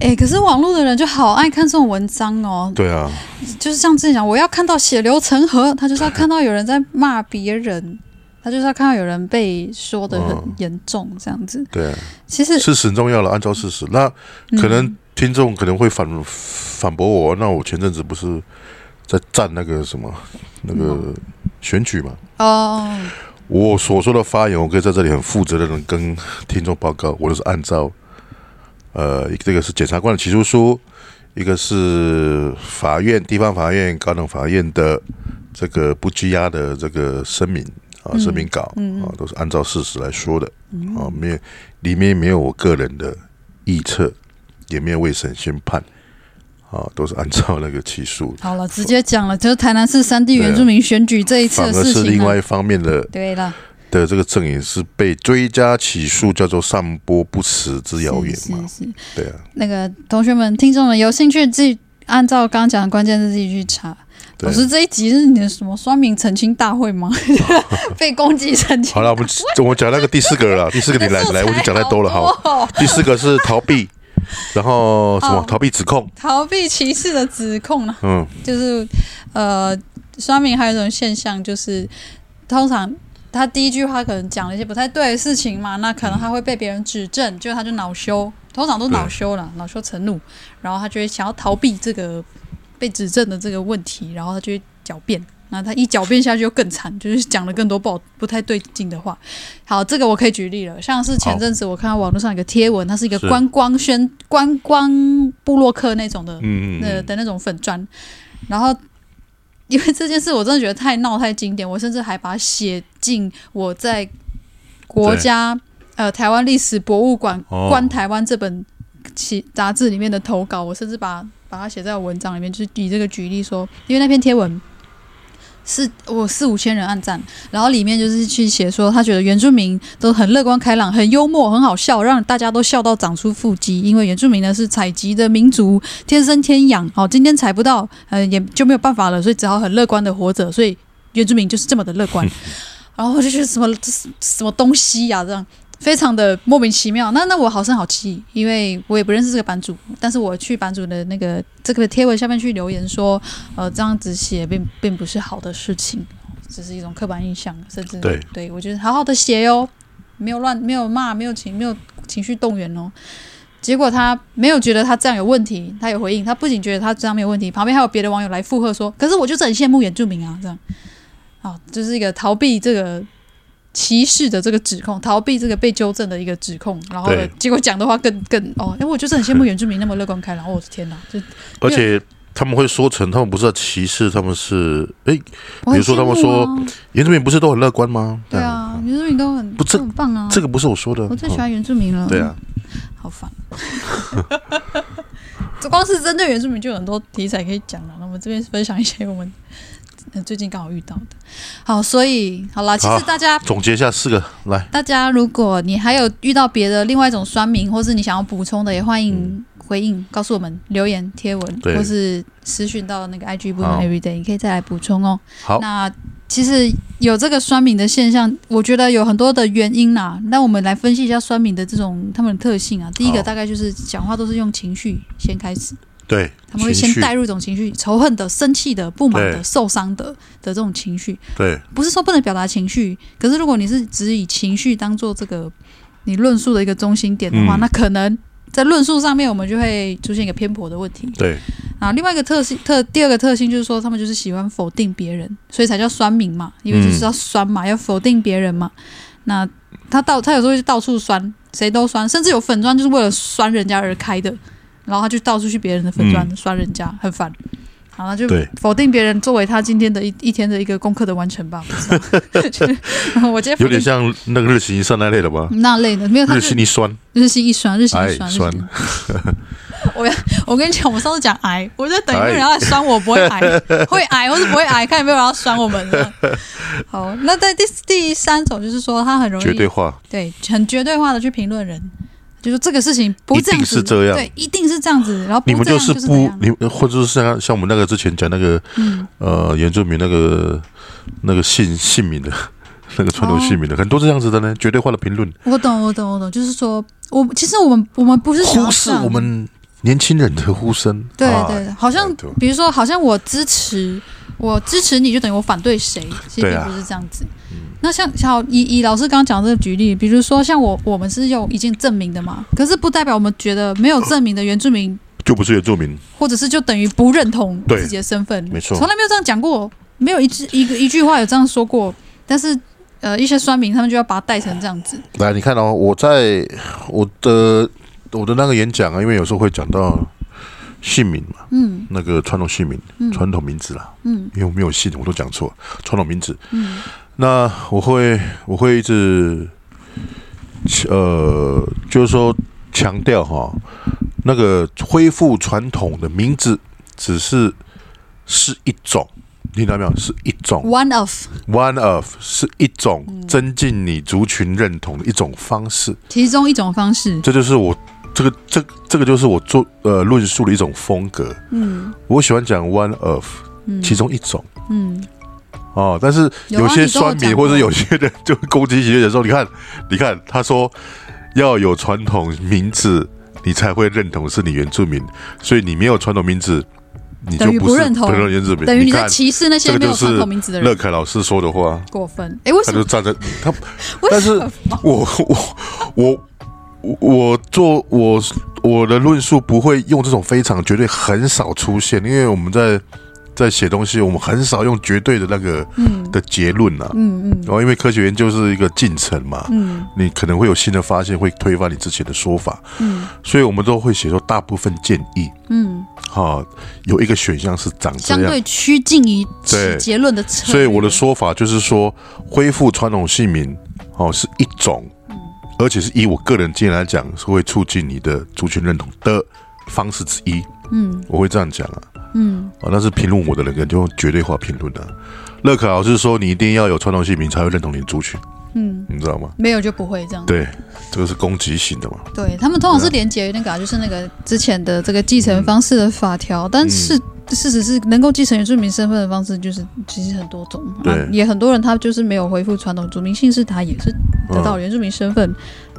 Speaker 1: 哎、可是网络的人就好爱看这种文章哦，
Speaker 2: 对啊，
Speaker 1: 就是像之前讲，我要看到血流成河，他就是要看到有人在骂别人， 他就是要看到有人被说的很
Speaker 2: 嗯
Speaker 1: 严重这样子。
Speaker 2: 对啊。
Speaker 1: 其实
Speaker 2: 事实很重要了，按照事实。那
Speaker 1: 嗯
Speaker 2: 可能听众可能会反反驳我，那我前阵子不是在站那个什么那个选举嘛？
Speaker 1: 哦，
Speaker 2: 我所说的发言，我可以在这里很负责任的跟听众报告，我都是按照呃，这个是检察官的起诉书，一个是法院、地方法院、高等法院的这个不羁押的这个声明啊，声明稿啊，都是按照事实来说的
Speaker 1: 嗯
Speaker 2: 啊，没有里面没有我个人的臆测，也没有未审先判啊，都是按照那个起诉，
Speaker 1: 好了，直接讲了，就是台南市三地原住民选举 这一次
Speaker 2: 反
Speaker 1: 的
Speaker 2: 而
Speaker 1: 事
Speaker 2: 是
Speaker 1: 情
Speaker 2: 另
Speaker 1: 啊
Speaker 2: 外一方面的
Speaker 1: 对了，
Speaker 2: 的这个阵营是被追加起诉，叫做散播不实之谣言
Speaker 1: 是
Speaker 2: 嘛？
Speaker 1: 是是，
Speaker 2: 对啊，
Speaker 1: 那个同学们、听众们有兴趣自己按照刚刚讲的关键字自己去查。
Speaker 2: 对
Speaker 1: 老师，这一集是你的什么双名澄清大会 吗？ 被攻击澄清
Speaker 2: 好了，我 们我们讲那个第四个了啦，第四个你来
Speaker 1: 素材
Speaker 2: 来，我就讲太多了
Speaker 1: 好
Speaker 2: 哈。
Speaker 1: 多哦
Speaker 2: 第四个是逃避，然后什么
Speaker 1: 哦
Speaker 2: 逃避指控？
Speaker 1: 逃避歧视的指控啊呢，
Speaker 2: 嗯，
Speaker 1: 就是呃，刷屏还有一种现象就是，通常他第一句话可能讲了一些不太对的事情嘛，那可能他会被别人指正，就他就恼羞，通常都恼羞了，恼羞成怒，然后他就会想要逃避这个被指正的这个问题，然后他就会狡辩。那他一狡辩下去就更惨，就是讲了更多不好不太对劲的话。好，这个我可以举例了，像是前阵子我看到网络上有个贴文，它是一个
Speaker 2: 是
Speaker 1: 观光宣观光布洛克那种的
Speaker 2: 嗯嗯
Speaker 1: 的
Speaker 2: 嗯，
Speaker 1: 的那种粉砖，然后因为这件事我真的觉得太闹太经典，我甚至还把它写进我在国家呃台湾历史博物馆
Speaker 2: 哦
Speaker 1: 《观台湾》这本其杂志里面的投稿，我甚至把把它写在文章里面，就是以这个举例说，因为那篇贴文。是我四五千人按赞，然后里面就是去写说，他觉得原住民都很乐观开朗，很幽默，很好笑，让大家都笑到长出腹肌。因为原住民呢是采集的民族，天生天养，哦，今天采不到，呃，也就没有办法了，所以只好很乐观的活着。所以原住民就是这么的乐观。然后我就觉得什么这是什么东西呀、这样非常的莫名其妙。那那我好生好气，因为我也不认识这个版主，但是我去版主的那个这个贴文下面去留言说，呃，这样子写并并不是好的事情，这是一种刻板印象，甚至
Speaker 2: 对
Speaker 1: 我觉得好好的写哟，没有乱，没有骂，没有情，没有情绪动员哦。结果他没有觉得他这样有问题，他有回应，他不仅觉得他这样没有问题，旁边还有别的网友来附和说，可是我就是很羡慕原住民啊，这样，啊，就是一个逃避这个呃歧视的这个指控，逃避这个被纠正的一个指控，然后 呢
Speaker 2: 对
Speaker 1: 结果讲的话更更哦，因为我就是很羡慕原住民那么乐观开朗，我的天哪，就
Speaker 2: 而且他们会说成他们不是在歧视，他们是诶，
Speaker 1: 我很
Speaker 2: 比如说他们
Speaker 1: 羡慕啊
Speaker 2: 原住民不是嗯都很乐观吗？
Speaker 1: 对
Speaker 2: 这样，
Speaker 1: 啊，原住民都很
Speaker 2: 不这
Speaker 1: 都很棒啊，
Speaker 2: 这个不是我说的，
Speaker 1: 我最喜
Speaker 2: 哦
Speaker 1: 欢原嗯住民了，
Speaker 2: 对啊，，
Speaker 1: 好烦。 这光是针对原住民就有很多题材可以讲了。那我们这边分享一些我们呃最近刚好遇到的。好，所以好啦，其
Speaker 2: 好
Speaker 1: 实大家
Speaker 2: 总结一下四个来，
Speaker 1: 大家如果你还有遇到别的另外一种酸民，或是你想要补充的，也欢迎回应、告诉我们留言、贴文，
Speaker 2: 嗯对
Speaker 1: 或是私讯到那个 IG 部门
Speaker 2: 好
Speaker 1: Everyday，你可以再来补充哦。
Speaker 2: 好，
Speaker 1: 那其实有这个酸敏的现象，我觉得有很多的原因啦。那我们来分析一下酸敏的这种他们的特性啊。第一个
Speaker 2: 好
Speaker 1: 大概就是讲话都是用情绪先开始，
Speaker 2: 对，
Speaker 1: 他们会
Speaker 2: 情
Speaker 1: 先
Speaker 2: 绪
Speaker 1: 带入一种情绪，仇恨的、生气的、不满
Speaker 2: 对
Speaker 1: 的、受伤的的这种情绪。
Speaker 2: 对
Speaker 1: 不是说不能表达情绪，可是如果你是只以情绪当做这个你论述的一个中心点的话，
Speaker 2: 嗯
Speaker 1: 那可能在论述上面我们就会出现一个偏颇的问题。
Speaker 2: 对
Speaker 1: 啊，另外一个特性特第二个特性就是说，他们就是喜欢否定别人，所以才叫酸民嘛，
Speaker 2: 嗯
Speaker 1: 因为就是要酸嘛，要否定别人嘛。那他到他有时候就到处酸，谁都酸，甚至有粉砖就是为了酸人家而开的，然后他就到处去别人的粉砖、酸人家，很烦。好，那就
Speaker 2: 嗯对
Speaker 1: 否定别人作为他今天的一一天的一个功课的完成吧。我不知道 就是我今天
Speaker 2: 有
Speaker 1: 否
Speaker 2: 点
Speaker 1: 定
Speaker 2: 像那个日行一善那类的吧？
Speaker 1: 那类的，没有他
Speaker 2: 日
Speaker 1: 是
Speaker 2: 行一酸，
Speaker 1: 日新一酸，日新一酸，
Speaker 2: 哎
Speaker 1: 日新一酸。我我跟你讲，我上次讲癌，我在等有没有人
Speaker 2: 哎
Speaker 1: 要来酸我，不会癌，会癌或是不会癌，看有没有人要酸我们 了。好，那在第第三种就是说，他很容易
Speaker 2: 绝对化，
Speaker 1: 对很绝对化的去评论人，就说这个事情不这样子，
Speaker 2: 一定是这样
Speaker 1: 对，一定是这样子，然后不
Speaker 2: 你们
Speaker 1: 哦这样
Speaker 2: 是
Speaker 1: 怎
Speaker 2: 不
Speaker 1: 样，
Speaker 2: 你们或者是像像我们那个之前讲那个
Speaker 1: 嗯，
Speaker 2: 呃原住民那个那个姓姓名的。 那个传统姓
Speaker 1: 哦
Speaker 2: 名的、很多这样子的呢，绝对化的评论，
Speaker 1: 我懂，我懂，我懂，就是说我其实我们我们不是想要
Speaker 2: 忽视
Speaker 1: 这样
Speaker 2: 我们年轻人的呼声。
Speaker 1: 对
Speaker 2: 啊
Speaker 1: 对，好像
Speaker 2: 对
Speaker 1: 比如说，好像我支持我支持你就等于我反对谁，其实
Speaker 2: 对
Speaker 1: 并
Speaker 2: 啊
Speaker 1: 不是这样子。那像像以以老师刚刚讲的这个举例，比如说像我我们是用已经证明的嘛，可是不代表我们觉得没有证明的原住民，
Speaker 2: 就不是原住民，
Speaker 1: 或者是就等于不认同
Speaker 2: 对
Speaker 1: 自己的身份，
Speaker 2: 没错
Speaker 1: 从来没有这样讲过，没有一句一个一句话有这样说过，但是。呃，一些酸民他们就要把它带成这样子，
Speaker 2: 来，你看哦，我在我的我的那个演讲啊，因为有时候会讲到姓名嘛，
Speaker 1: 嗯
Speaker 2: 那个传统姓名、
Speaker 1: 嗯
Speaker 2: 传统名字啦，
Speaker 1: 嗯
Speaker 2: 因为我没有姓，我都讲错传统名字。
Speaker 1: 嗯
Speaker 2: 那我会我会一直呃，就是说强调哈，那个恢复传统的名字只是是一种，听到没有？是一种。
Speaker 1: ，one of
Speaker 2: One of 是一种增进你族群认同的一种方式，
Speaker 1: 其中一种方式，
Speaker 2: 这就是我这个这这个就是我做呃论述的一种风格。
Speaker 1: 嗯
Speaker 2: 我喜欢讲 one of
Speaker 1: 嗯
Speaker 2: 其中一种
Speaker 1: 嗯，
Speaker 2: 哦，但是
Speaker 1: 有啊
Speaker 2: 有些
Speaker 1: 你跟我
Speaker 2: 酸
Speaker 1: 讲
Speaker 2: 民
Speaker 1: 过
Speaker 2: 或者有些人就会攻击一些人说，你看你看，他说要有传统名字，你才会认同是你原住民，所以你没有传统名字，你就
Speaker 1: 等于
Speaker 2: 不
Speaker 1: 不
Speaker 2: 是
Speaker 1: 认同
Speaker 2: 原住民。
Speaker 1: 等于你在
Speaker 2: 看
Speaker 1: 歧视那些
Speaker 2: 这个
Speaker 1: 没有
Speaker 2: 就是
Speaker 1: 传统名字的人，
Speaker 2: 乐凯老师说的话，
Speaker 1: 过分。哎，为什
Speaker 2: 他就
Speaker 1: 么？
Speaker 2: 站在他
Speaker 1: 为
Speaker 2: 但
Speaker 1: 什
Speaker 2: 是
Speaker 1: 么？
Speaker 2: 我我我我我做我我的论述不会用这种非常绝对很少出现，因为我们在在写东西，我们很少用绝对的那个
Speaker 1: 嗯
Speaker 2: 的结论啊。
Speaker 1: 嗯嗯
Speaker 2: 然后因为科学研究是一个进程嘛，
Speaker 1: 嗯
Speaker 2: 你可能会有新的发现，会推翻你之前的说法，
Speaker 1: 嗯
Speaker 2: 所以我们都会写说大部分建议。
Speaker 1: 嗯，
Speaker 2: 哈、有一个选项是长这
Speaker 1: 相
Speaker 2: 样，
Speaker 1: 对趋近于
Speaker 2: 对
Speaker 1: 结论的策略。
Speaker 2: 所以我的说法就是说，恢复传统姓名哦是一种，而且是以我个人经验来讲，是会促进你的族群认同的方式之一。
Speaker 1: 嗯
Speaker 2: 我会这样讲啊，
Speaker 1: 嗯
Speaker 2: 啊，但是评论我的人就用绝对化评论的、啊。乐可老师说，你一定要有传统姓名才会认同你的族群，
Speaker 1: 嗯，
Speaker 2: 你知道吗？
Speaker 1: 没有就不会这样。
Speaker 2: 对，这个是攻击型的嘛。
Speaker 1: 对他们通常是连接那个啊，就是那个之前的这个继承方式的法条，但
Speaker 2: 嗯
Speaker 1: 是。事实是，能够继承原住民身份的方式，就是其实很多种，
Speaker 2: 对
Speaker 1: 啊也很多人他就是没有恢复传统族民姓氏，他也是得到
Speaker 2: 嗯、
Speaker 1: 原住民身份、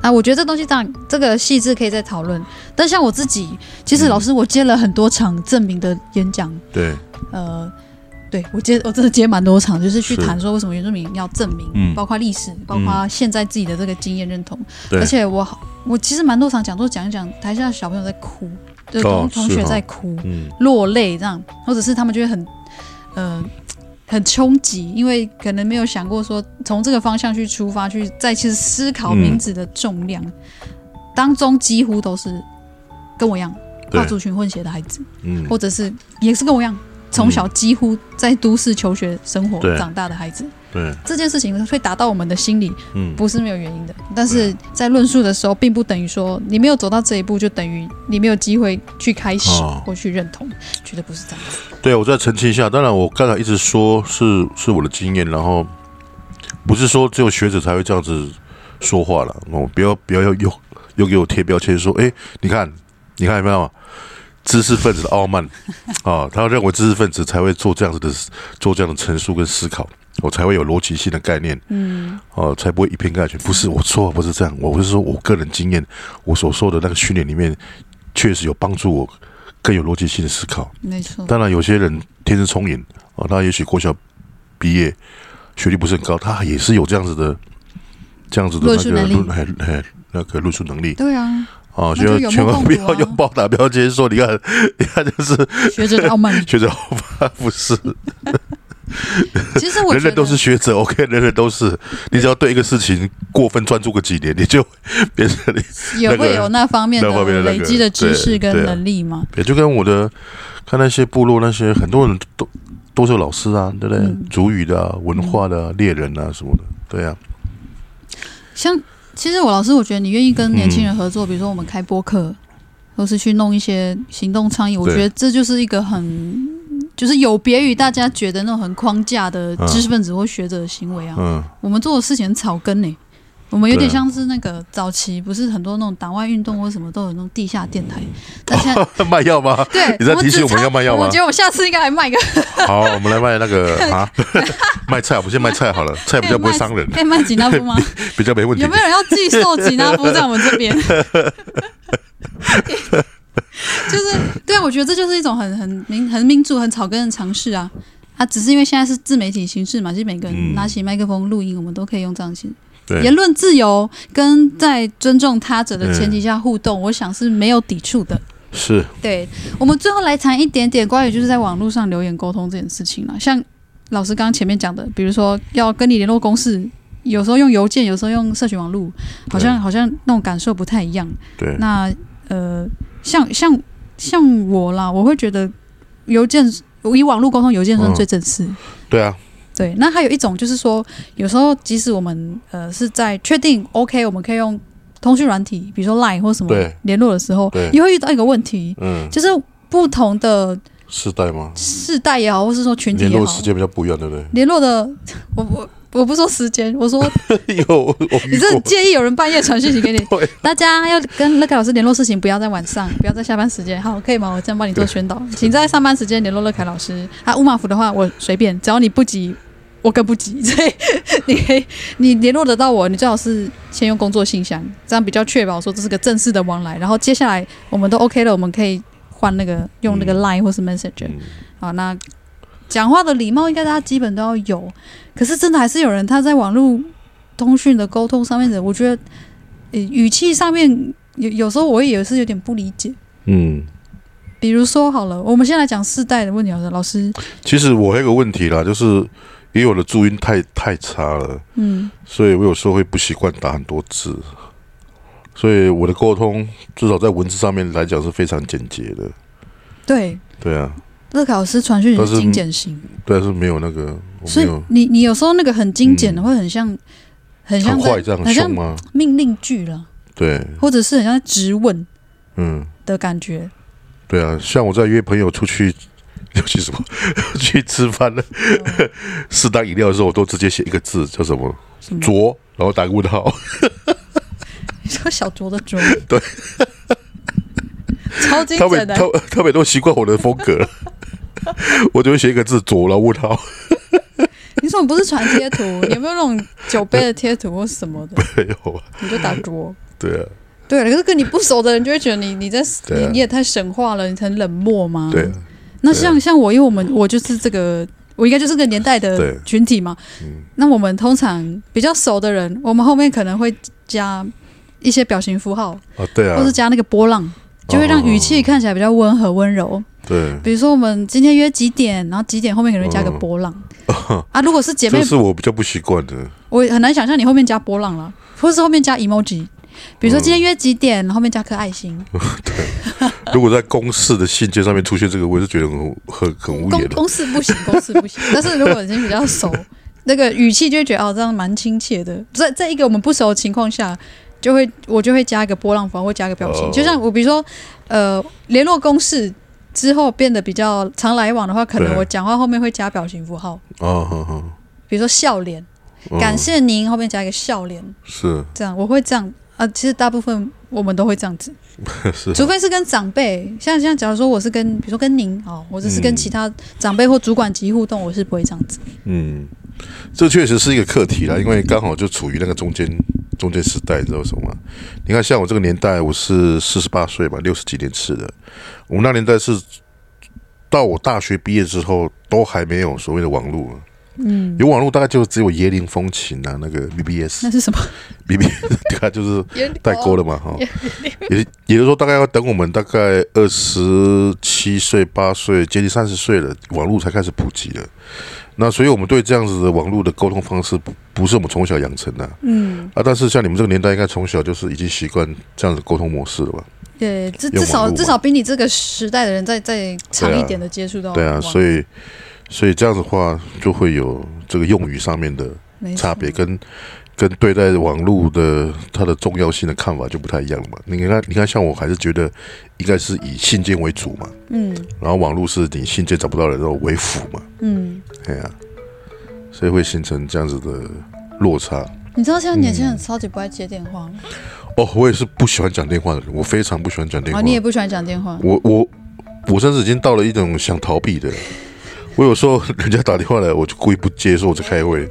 Speaker 1: 啊，我觉得这东西当然这个细致可以再讨论。但像我自己，其实
Speaker 2: 嗯
Speaker 1: 老师我接了很多场证明的演讲，
Speaker 2: 对，
Speaker 1: 呃，对我接我真的接蛮多场，就是去
Speaker 2: 是
Speaker 1: 谈说为什么原住民要证明，
Speaker 2: 嗯
Speaker 1: 包括历史，包括现在自己的这个经验认同。
Speaker 2: 对
Speaker 1: 而且我好我其实蛮多场讲座讲一讲，台下小朋友在哭，就是同、
Speaker 2: 哦
Speaker 1: 同
Speaker 2: 是
Speaker 1: 学
Speaker 2: 哦
Speaker 1: 在哭，
Speaker 2: 嗯，
Speaker 1: 落泪这样，或者是他们就会很，呃，很冲击，因为可能没有想过说从这个方向去出发，去再去思考
Speaker 2: 嗯
Speaker 1: 名字的重量，当中几乎都是跟我一样跨
Speaker 2: 对，
Speaker 1: 族群混血的孩子，
Speaker 2: 嗯，
Speaker 1: 或者是也是跟我一样从小几乎在都市求学生活
Speaker 2: 对
Speaker 1: 长大的孩子，
Speaker 2: 对，
Speaker 1: 这件事情会打到我们的心里，
Speaker 2: 嗯，
Speaker 1: 不是没有原因的，但是
Speaker 2: 啊
Speaker 1: 在论述的时候，并不等于说你没有走到这一步，就等于你没有机会去开始
Speaker 2: 哦
Speaker 1: 或去认同，绝对不是这样子。
Speaker 2: 对，我再澄清一下。当然，我刚才一直说是是我的经验，然后不是说只有学者才会这样子说话了。哦，不要不要又又又给我贴标签说，哎，你看你看有没有知识分子的傲慢啊？他认为知识分子才会做这样子的做这样的陈述跟思考。我才会有逻辑性的概念，
Speaker 1: 嗯，
Speaker 2: 哦、才不会以偏概全。不是我错，不是这样，我是说我个人经验，我所受的那个训练里面，确实有帮助我更有逻辑性的思考。
Speaker 1: 没错，
Speaker 2: 当然，有些人天生聪颖啊，他也许国小毕业，学历不是很高，他也是有这样子的、这样子的
Speaker 1: 论
Speaker 2: 那
Speaker 1: 述
Speaker 2: 个
Speaker 1: 能力
Speaker 2: 论，哎哎，那个论述能力
Speaker 1: 对啊，
Speaker 2: 啊，
Speaker 1: 那就有
Speaker 2: 就千万
Speaker 1: 目共
Speaker 2: 不
Speaker 1: 睹
Speaker 2: 要
Speaker 1: 啊
Speaker 2: 用暴打标签说，你看， 你看，就是
Speaker 1: 学者的傲慢。
Speaker 2: 学者欧巴不是，
Speaker 1: 其实我觉
Speaker 2: 人人
Speaker 1: 得
Speaker 2: 都是学者，OK，人人都是，你只要对一个事情过分专注个几年，你就变成你
Speaker 1: 也
Speaker 2: 那个
Speaker 1: 会有那方面
Speaker 2: 那方面
Speaker 1: 的
Speaker 2: 的那
Speaker 1: 累
Speaker 2: 个
Speaker 1: 积的知
Speaker 2: 对
Speaker 1: 识跟
Speaker 2: 对啊
Speaker 1: 能力嘛。
Speaker 2: 也就跟我的看那些部落那些很多人都都是有老师啊，对不对？
Speaker 1: 嗯
Speaker 2: 主语的、啊、文化的、啊、猎人啊什么的，对啊，
Speaker 1: 像其实我老师，我觉得你愿意
Speaker 2: 嗯
Speaker 1: 跟年轻人合作，比如说我们开播客，或是去弄一些行动倡议，我
Speaker 2: 对
Speaker 1: 觉得这就是一个很。就是有别于大家觉得那种很框架的
Speaker 2: 嗯
Speaker 1: 知识分子或学者的行为啊，
Speaker 2: 嗯，
Speaker 1: 我们做的事情很草根呢、我们有点
Speaker 2: 对啊
Speaker 1: 像是那个早期，不是很多那种党外运动或什么都有那种地下电台，但现在、
Speaker 2: 卖药吗？
Speaker 1: 对，
Speaker 2: 哦你在
Speaker 1: 我
Speaker 2: 提醒
Speaker 1: 只
Speaker 2: 我们
Speaker 1: 差
Speaker 2: 要卖药吗
Speaker 1: 我觉得我下次应该来卖个，
Speaker 2: 好，我们来卖 那个啊， 卖菜，我们先卖菜好了，菜比较不会伤人，
Speaker 1: 可以卖吉纳夫吗？
Speaker 2: 比较没问题
Speaker 1: 有。没有人要寄售吉 纳夫在我们这边？就是对，我觉得这就是一种很很民很民主、很草根的尝试啊。啊，只是因为现在是自媒体形式嘛，就是每个人
Speaker 2: 嗯
Speaker 1: 拿起麦克风录音，我们都可以用这样形
Speaker 2: 对
Speaker 1: 言，论自由跟在尊重他者的前提下互动，我想是没有抵触的。
Speaker 2: 是
Speaker 1: 对我们最后来谈一点点关于就是在网络上留言沟通这件事情了。像老师刚刚前面讲的，比如说要跟你联络公式，有时候用邮件，有时候用社群网络，好像好像那种感受不太一样。
Speaker 2: 对，
Speaker 1: 那呃，像像像我啦，我会觉得邮件以网络沟通邮件算最正式。
Speaker 2: 对啊，
Speaker 1: 对，那还有一种就是说，有时候即使我们呃是在确定 OK，我们可以用通讯软体，比如说 Line 或什么
Speaker 2: 对
Speaker 1: 联络的时候
Speaker 2: 对，
Speaker 1: 也会遇到一个问题，
Speaker 2: 嗯，
Speaker 1: 就是不同的
Speaker 2: 世代吗？
Speaker 1: 世代也好，或是说群体
Speaker 2: 联
Speaker 1: 也
Speaker 2: 络
Speaker 1: 好
Speaker 2: 时，间比较不一样，对不对？
Speaker 1: 联络的 我我我不说时间， 我说
Speaker 2: 有我我
Speaker 1: 你
Speaker 2: 遇
Speaker 1: 是很
Speaker 2: 过，嗯
Speaker 1: 介意有人半夜传讯息给你
Speaker 2: 对，
Speaker 1: 大家要跟乐凯老师联络事情，不要在晚上，不要在下班时间，好可以吗？我这样帮你做宣导，请在上班时间联络乐凯老师。啊，乌马福的话我随便，只要你不急，我更不急， 所以你可以你联络得到我，你最好是先用工作信箱，这样比较确保说这是个正式的往来。然后接下来我们都 OK 了，我们可以换那个用那个
Speaker 2: 嗯
Speaker 1: Line 或是 Messenger。
Speaker 2: 嗯
Speaker 1: 好，那讲话的礼貌应该大家基本都要有，可是真的还是有人他在网络通讯的沟通上面的，我觉得呃语气上面有有时候我也是有点不理解。
Speaker 2: 嗯。
Speaker 1: 比如说好了，我们先来讲世代的问题好了，老师，
Speaker 2: 其实我还有个问题啦，就是因为我的注音太太差了，
Speaker 1: 嗯，
Speaker 2: 所以我有时候会不习惯打很多字，所以我的沟通至少在文字上面来讲是非常简洁的。
Speaker 1: 对，
Speaker 2: 对啊，
Speaker 1: 乐凯老师传讯
Speaker 2: 但
Speaker 1: 是
Speaker 2: 是
Speaker 1: 精简型，
Speaker 2: 但是没有那个，嗯我
Speaker 1: 所
Speaker 2: 没
Speaker 1: 以
Speaker 2: 有
Speaker 1: 你你有时候那个很精简的、
Speaker 2: 嗯
Speaker 1: 会很像很像
Speaker 2: 很
Speaker 1: 在
Speaker 2: 坏这样
Speaker 1: 好
Speaker 2: 很
Speaker 1: 像
Speaker 2: 凶吗？
Speaker 1: 命令句了，
Speaker 2: 对，
Speaker 1: 或者是很像在质问
Speaker 2: 嗯，
Speaker 1: 的感觉。
Speaker 2: 对啊，像我在约朋友出去。要去什么？去吃饭呢？
Speaker 1: 嗯
Speaker 2: 适当饮料的时候，我都直接写一个字，叫什么
Speaker 1: 什么
Speaker 2: “卓”，然后打个问号。
Speaker 1: 你说小卓的卓，
Speaker 2: 对，
Speaker 1: 超精
Speaker 2: 他
Speaker 1: 简
Speaker 2: 们
Speaker 1: 的，
Speaker 2: 他他们都习惯我的风格了，我就会写一个字“卓”，然后问号。
Speaker 1: 你怎么不是传贴 图？你有没有那种酒杯的贴图或什么的？
Speaker 2: 没有啊，
Speaker 1: 你就打桌。
Speaker 2: 对啊，
Speaker 1: 对，可是跟你不熟的人就会觉得你你在
Speaker 2: 对啊
Speaker 1: 你你也太神话了，你很冷漠吗？
Speaker 2: 对啊，
Speaker 1: 那像像我，因为我们我就是这个，我应该就是这个年代的
Speaker 2: 对
Speaker 1: 群体嘛。
Speaker 2: 嗯
Speaker 1: 那我们通常比较熟的人，我们后面可能会加一些表情符号，
Speaker 2: 啊，对啊哦
Speaker 1: 或，是加那个波浪，就会让语气看起来比较温和温柔。
Speaker 2: 对，
Speaker 1: 比如说我们今天约几点，然后几点后面可能会加个波 浪、啊。如果是姐妹
Speaker 2: 这嗯是我比较不习惯的。
Speaker 1: 我很难想象你后面加波浪了，或是后面加 emoji，比如说今天约几点，然后后面加颗爱心。
Speaker 2: 如果在公式的信件上面出现这个，我就觉得很很 很无
Speaker 1: 公
Speaker 2: 言了。
Speaker 1: 公式不行，公式不行。但是如果已经比较熟，那个语气就会觉得哦，这样蛮亲切的。在在一个我们不熟的情况下，就会我就会加一个波浪符号，或加一个表情。
Speaker 2: 哦
Speaker 1: 就像我比如说，呃，联络公式之后变得比较常来往的话，可能
Speaker 2: 对
Speaker 1: 我讲话后面会加表情符号，
Speaker 2: 啊，好好，
Speaker 1: 比如说笑脸，
Speaker 2: 嗯
Speaker 1: 感谢您后面加一个笑脸，
Speaker 2: 是
Speaker 1: 这样我会这样啊、其实大部分我们都会这样子。
Speaker 2: 是，
Speaker 1: 除非是跟长辈，像像假如说我是跟，比如说跟您哦，或者是跟
Speaker 2: 嗯
Speaker 1: 其他长辈或主管级互动，我是不会这样子。
Speaker 2: 嗯，这确实是一个课题啦，因为刚好就处于那个中间中间时代，你知道为什么吗？你看，像我这个年代，我是四十八岁吧，六十几年次的，我们那年代是到我大学毕业之后，都还没有所谓的网络，嗯，有网络大概就只有椰林风情啊，那个 BBS
Speaker 1: 那是什么？
Speaker 2: BBS，对啊，就是
Speaker 1: 也
Speaker 2: 代沟了嘛，哈、也也就是说，大概要等我们大概二十七岁、八岁，接近三十岁了，网络才开始普及了。那所以我们对这样子的网络的沟通方式，不不是我们从小养成的啊。
Speaker 1: 嗯，
Speaker 2: 但是像你们这个年代，应该从小就是已经习惯这样子沟通模式了吧？
Speaker 1: 对，至至
Speaker 2: 有网
Speaker 1: 少
Speaker 2: 络啊嘛
Speaker 1: 至少比你这个时代的人再再长一点的接触到
Speaker 2: 对啊，所
Speaker 1: 以
Speaker 2: 以所以这样子的话，就会有这个用语上面的差别，跟跟对待网络的它的重要性的看法就不太一样了嘛。你看，你看，像我还是觉得应该是以信件为主嘛。
Speaker 1: 嗯
Speaker 2: 然后网络是你信件找不到的人，然后为辅嘛，
Speaker 1: 嗯，
Speaker 2: 哎呀、所以会形成这样子的落差。
Speaker 1: 你知道现在年轻人超级不爱接电话吗？
Speaker 2: 哦，我也是不喜欢讲电话的人，我非常不喜欢讲电
Speaker 1: 啊，
Speaker 2: 话。
Speaker 1: 你也不喜欢讲电话，
Speaker 2: 我我我甚至已经到了一种想逃避的。我有时候人家打电话来，我就故意不接，说我在开会。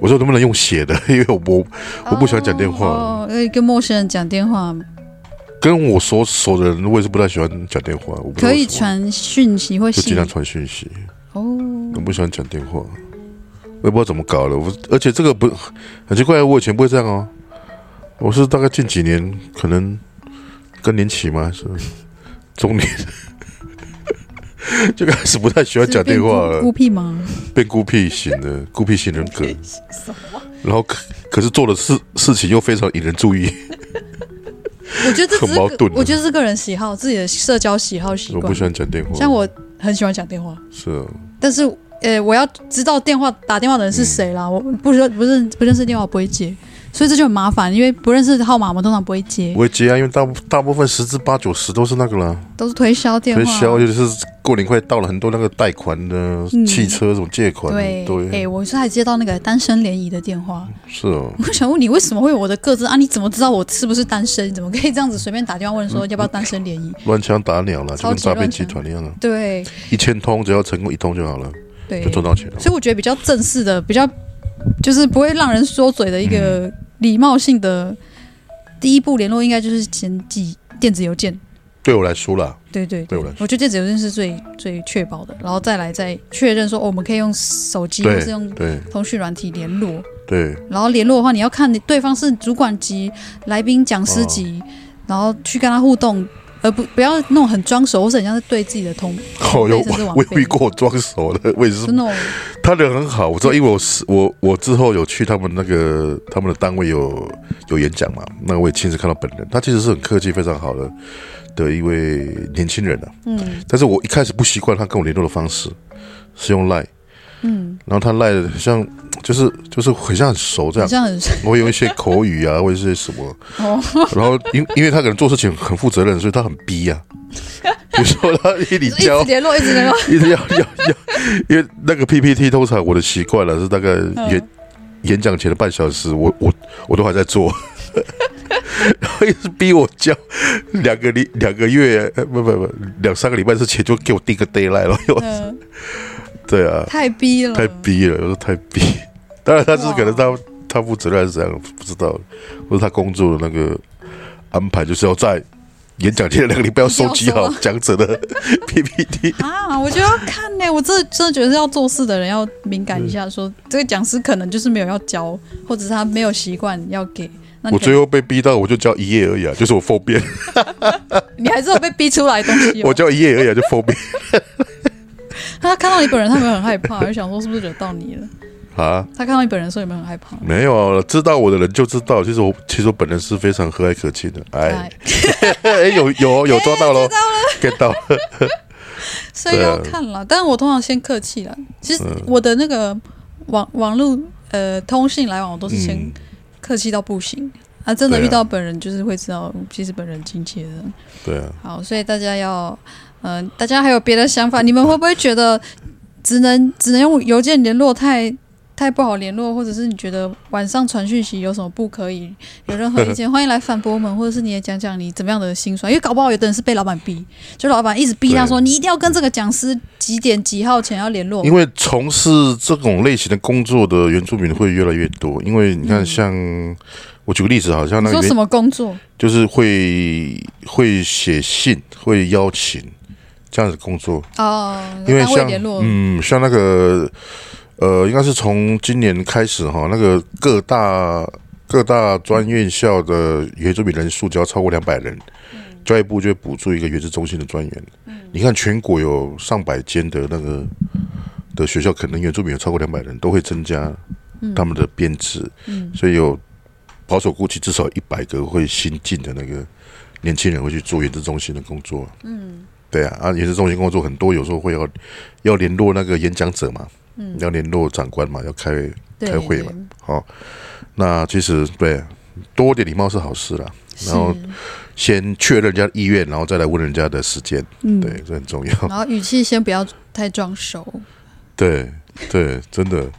Speaker 2: 我说能不能用写的， 因为我我我不喜欢讲电话，
Speaker 1: 哦，呃跟陌生人讲电话
Speaker 2: 跟我熟熟的人，我也是不太喜欢讲电话。我不知道
Speaker 1: 可以
Speaker 2: 为什么，
Speaker 1: 传讯息或
Speaker 2: 就尽
Speaker 1: 信
Speaker 2: 量传讯息。
Speaker 1: 哦，
Speaker 2: 我不喜欢讲电话，我也不知道怎么搞的。我而且这个不很奇怪，我以前不会这样哦。我是大概近几年可能更年期嘛，还是中年， 就开始不太喜欢讲电话
Speaker 1: 是变
Speaker 2: 了
Speaker 1: 孤，孤僻 吗？
Speaker 2: 变孤僻型的孤僻型人 格。然后可可是做的事事情又非常引人注意，
Speaker 1: 我觉得这只是
Speaker 2: 很矛盾啊
Speaker 1: 我觉得是个人喜好，自己的社交喜好习
Speaker 2: 我
Speaker 1: 惯
Speaker 2: 不喜。欢讲电话。
Speaker 1: 像我很喜欢讲电话，
Speaker 2: 是啊，
Speaker 1: 但是呃，我要知道电话打电话的
Speaker 2: 嗯
Speaker 1: 人是谁啦，我不认不认不认识电话我不会接，所以这就很麻烦，因为不认识的号码我们通常不会接
Speaker 2: 我，会接啊，因为大部大部分十之八九十都是那个啦。
Speaker 1: 都是推销电话。啊
Speaker 2: 推销，尤其是过年快到了，很多那个贷款的、
Speaker 1: 嗯
Speaker 2: 汽车什么借款的，
Speaker 1: 对，
Speaker 2: 对，
Speaker 1: 哎、我是还接到那个单身联谊的电话，
Speaker 2: 是哦。
Speaker 1: 我想问你为什么会有我的个子啊？你怎么知道我是不是单身？你怎么可以这样子随便打电话问
Speaker 2: 嗯
Speaker 1: 说要不要单身联谊？
Speaker 2: 乱枪打鸟了，
Speaker 1: 超
Speaker 2: 就跟
Speaker 1: 级
Speaker 2: 诈骗
Speaker 1: 乱
Speaker 2: 集
Speaker 1: 枪
Speaker 2: 团一样啊！
Speaker 1: 对
Speaker 2: 一千通只要成功一通就好了，
Speaker 1: 对
Speaker 2: 就，赚到钱了。
Speaker 1: 所以我觉得比较正式的，比较就是不会让人说嘴的一
Speaker 2: 嗯
Speaker 1: 个礼貌性的第一步联络，应该就是先寄电子邮件。
Speaker 2: 对我来说啦，
Speaker 1: 对对
Speaker 2: 对
Speaker 1: 对，
Speaker 2: 我来说，
Speaker 1: 我觉得电子邮件是最最确保的，然后再来再确认说，哦，我们可以用手机或是
Speaker 2: 对
Speaker 1: 用
Speaker 2: 对
Speaker 1: 通讯软体联络，
Speaker 2: 对，
Speaker 1: 然后联络的话，你要看你对方是主管级、来宾、讲师级，
Speaker 2: 哦
Speaker 1: 然后去跟他互动，而不不要那种很装熟，或是很像是对自己的同
Speaker 2: 哦，有
Speaker 1: 辈甚至
Speaker 2: 我
Speaker 1: 晚
Speaker 2: 我
Speaker 1: 辈
Speaker 2: 也遇过装熟的，我也是
Speaker 1: 就，那种
Speaker 2: 他人很好，我知道，因为我是我我之后有去他们那个他们的单位有有演讲嘛，那我也亲自看到本人，他其实是很客气、非常好的的一位年轻人啊。
Speaker 1: 嗯
Speaker 2: 但是我一开始不习惯他跟我联络的方式，是用赖，
Speaker 1: 嗯，
Speaker 2: 然后他赖的像就是就是很像很熟
Speaker 1: 好
Speaker 2: 这样，
Speaker 1: 像很
Speaker 2: 我会用一些口语啊或者是什 么，
Speaker 1: 哦，
Speaker 2: 然后因因为他可能做事情很负责任，所以他很逼 呀、啊。比如说他一里
Speaker 1: 一直
Speaker 2: 教，
Speaker 1: 联络，一直联 络，
Speaker 2: 一直要要要，因为那个 PPT 通常我的习惯了是大概演、演讲前的半小时，我我我都还在 做，然后一直逼我交两个礼两个月，呃不不不，两三个礼拜之前就给我定个 d a y l i g h t 了，
Speaker 1: 嗯。
Speaker 2: 对啊，
Speaker 1: 太逼了，
Speaker 2: 太逼了，我说太逼。 当然，他就是
Speaker 1: 嗯哇
Speaker 2: 可能他他负责任还是怎样，不知道，或者他工作的那个安排就是要在演讲前的两个礼拜要收集
Speaker 1: 一定要
Speaker 2: 好
Speaker 1: 收啊
Speaker 2: 讲者的 PPT。
Speaker 1: 啊！我觉得要看呢、我真的真的觉得要做事的人要敏感一
Speaker 2: 嗯
Speaker 1: 下说这个讲师可能就是没有要教，或者是他没有习惯要给。那你可能
Speaker 2: 我最后被逼到，我就交一页而已啊，就是我封边，
Speaker 1: 你还是有被逼出来的东西、哦。
Speaker 2: 我交一页而已啊，就封边
Speaker 1: 他看到你本人，他有没有很害怕？就 想说是不是惹到你了？
Speaker 2: 啊。
Speaker 1: 他看到你本人的时候有没有很害怕？
Speaker 2: 没有啊，知道我的人就知道，其实我其实我本人是非常和蔼可亲的。哎，， 哎有有有抓 到喽，get 到了，
Speaker 1: 哎啊所以要看
Speaker 2: 啊
Speaker 1: 了。但是我通常先客气了。其实
Speaker 2: 嗯
Speaker 1: 我的那个网网络呃通信来往，我都是先
Speaker 2: 嗯，
Speaker 1: 客气到不行。啊，真的
Speaker 2: 对啊
Speaker 1: 遇到本人就是会知道，其实本人亲切的。
Speaker 2: 对啊，
Speaker 1: 好，所以大家要，嗯、大家还有别的想法？你们会不会觉得只能只能用邮件联络太太不好联络，或者是你觉得晚上传讯息有什么不可以，有任何意 见，欢迎来反驳我们，或者是你也讲讲你怎么样的心酸，因为搞不好有的人是被老板逼，就老板一直逼他说你一定要跟这个讲师几点几号前要联络，
Speaker 2: 因为从事这种类型的工作的原住民会越来越多，因为你看像，我举个例子，好像
Speaker 1: 嗯
Speaker 2: 那
Speaker 1: 你
Speaker 2: 个
Speaker 1: 说
Speaker 2: 原
Speaker 1: 什么工作？
Speaker 2: 就是会会写信，会邀请这样子工作，
Speaker 1: 哦，
Speaker 2: 因为
Speaker 1: 单位
Speaker 2: 像
Speaker 1: 联络，
Speaker 2: 嗯，像那个呃，应该是从今年开始哈，那个各大各大专院校的原住民人数只要超过两百人，
Speaker 1: 嗯
Speaker 2: 教育部就会补助一个原子中心的专员。你看全国有上百间的那个的学校，可能原住民有超过两百人，都会增加
Speaker 1: 嗯
Speaker 2: 他们的编制，所以有保守估计至少一百个会新进的那个年轻人会去做原子中心的工作。嗯，对啊，啊，原子中心工作很多，有时候会要要联络那个演讲者嘛，嗯，要联络长官嘛，要开
Speaker 1: 对
Speaker 2: 开会
Speaker 1: 对
Speaker 2: 嘛好、那其实对多点礼貌是好事啦。然后
Speaker 1: 是
Speaker 2: 先确认人家意愿，然后再来问人家的时间，对，这很重要。
Speaker 1: 嗯然后语气先不要太装熟，
Speaker 2: 对对，真的。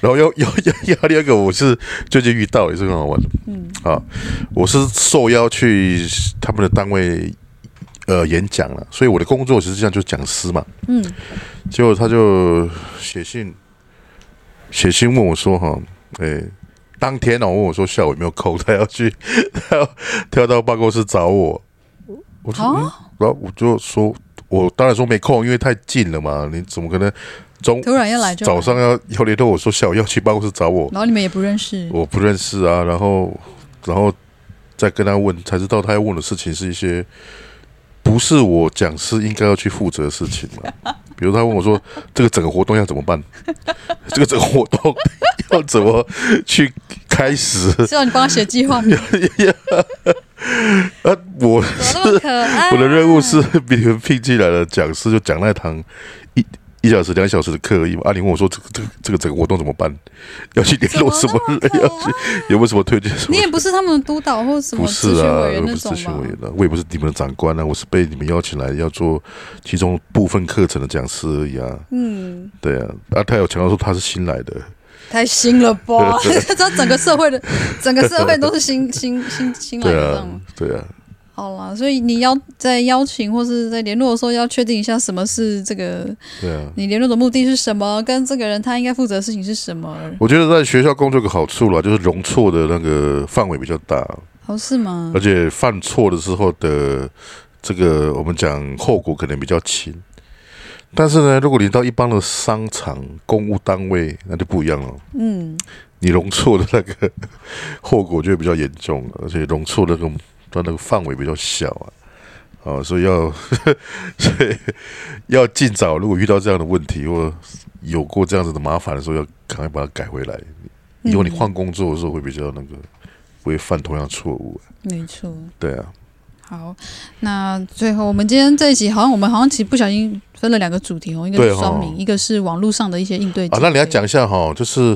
Speaker 2: 然后要要要要另一个，我是最近遇到也是很好玩的。嗯，啊，我是受邀去他们的单位呃演讲了，所以我的工作实际上就是讲师嘛。
Speaker 1: 嗯，
Speaker 2: 结果他就写信写信问我说哈，哎，当天哦问我说下午有没有空，他要去 他要他要到办公室找我。我说、嗯
Speaker 1: 哦，
Speaker 2: 然后我就说，我当然说没空，因为太近了嘛，你怎么可能中
Speaker 1: 突然要来就来
Speaker 2: 早上要要联络我说下午要去办公室找我，
Speaker 1: 然后你们也不认识，
Speaker 2: 我不认识啊，然后然后再跟他问，才知道他要问的事情是一些不是我讲师应该要去负责的事情嘛， 比如他问我说这个整个活动要怎么办，这个整个活动要怎么去开始，
Speaker 1: 是啊要你帮他写计划吗？
Speaker 2: 呃，我
Speaker 1: 怎么那么可爱？啊
Speaker 2: 我的任务是比你们聘进来的讲师就讲那堂一一小时、两小时的课而已嘛。啊，你问我说这个这个这个整个活动怎么办？要去联络什么人？
Speaker 1: 怎么那
Speaker 2: 要
Speaker 1: 么可啊
Speaker 2: 去有没有什么推荐？什么
Speaker 1: 你？也不是他们的督导或什么
Speaker 2: 不
Speaker 1: 咨
Speaker 2: 是
Speaker 1: 询
Speaker 2: 啊，
Speaker 1: 委
Speaker 2: 我
Speaker 1: 员
Speaker 2: 不
Speaker 1: 那
Speaker 2: 是
Speaker 1: 种
Speaker 2: 咨询委
Speaker 1: 吗？
Speaker 2: 员的，我也不是你们的长官啊，我是被你们邀请来要做其中部分课程的讲师而已啊。
Speaker 1: 嗯，
Speaker 2: 对啊，啊，他有强调说他是新来的，
Speaker 1: 太新 了吧！这整个社会的整个社会都是新 新新新来
Speaker 2: 对
Speaker 1: 的这
Speaker 2: 啊
Speaker 1: 样。，
Speaker 2: 对啊，
Speaker 1: 好啦，所以你要在邀请或是在联络的时候，要确定一下什么是这个
Speaker 2: 对啊。
Speaker 1: 你联络的目的是什么，跟这个人他应该负责的事情是什么。
Speaker 2: 我觉得在学校工作有个好处啦，就是容错的那个范围比较大。
Speaker 1: 哦，是吗
Speaker 2: 而？且犯错的时候的这个我们讲后果可能比较轻。但是呢，如果你到一般的商场、公务单位，那就不一样了。
Speaker 1: 嗯，
Speaker 2: 你容错的那个后果就会比较严重了，而且容错那个它那个范围比较小啊。哦，所以要 所以要尽早，如果遇到这样的问题或有过这样子的麻烦的时候，要赶快把它改回来。
Speaker 1: 嗯
Speaker 2: 以后你换工作的时候会比较那个，不会犯同样的错误啊。
Speaker 1: 没错。
Speaker 2: 对啊，
Speaker 1: 好，那最后我们今天这一集，好像我们好像其实不小心分了两个主题哦，一个
Speaker 2: 对
Speaker 1: 是
Speaker 2: 哦
Speaker 1: 双明，一个是网络上的一些应对。
Speaker 2: 啊，那你要讲一下哈，就是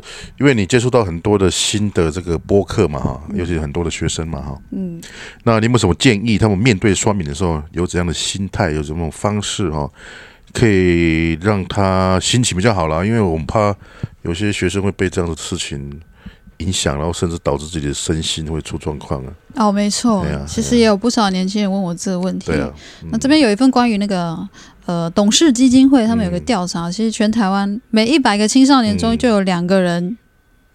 Speaker 2: 因为你接触到很多的新的这个播客嘛哈，尤其是很多的学生嘛哈，
Speaker 1: 嗯，
Speaker 2: 那你有没有什么建议？他们面对双敏的时候有怎样的心态，有什么种方式哈，可以让他心情比较好啦？因为我们怕有些学生会被这样的事情影响，然后甚至导致自己的身心会出状况啊。
Speaker 1: 哦，没错
Speaker 2: 对啊，
Speaker 1: 其实也有不少年轻人问我这个问题
Speaker 2: 对。啊，
Speaker 1: 那这边有一份关于那个呃董事基金会，他们有个
Speaker 2: 嗯
Speaker 1: 调查，其实全台湾每一百个青少年中
Speaker 2: 嗯
Speaker 1: 就有两个人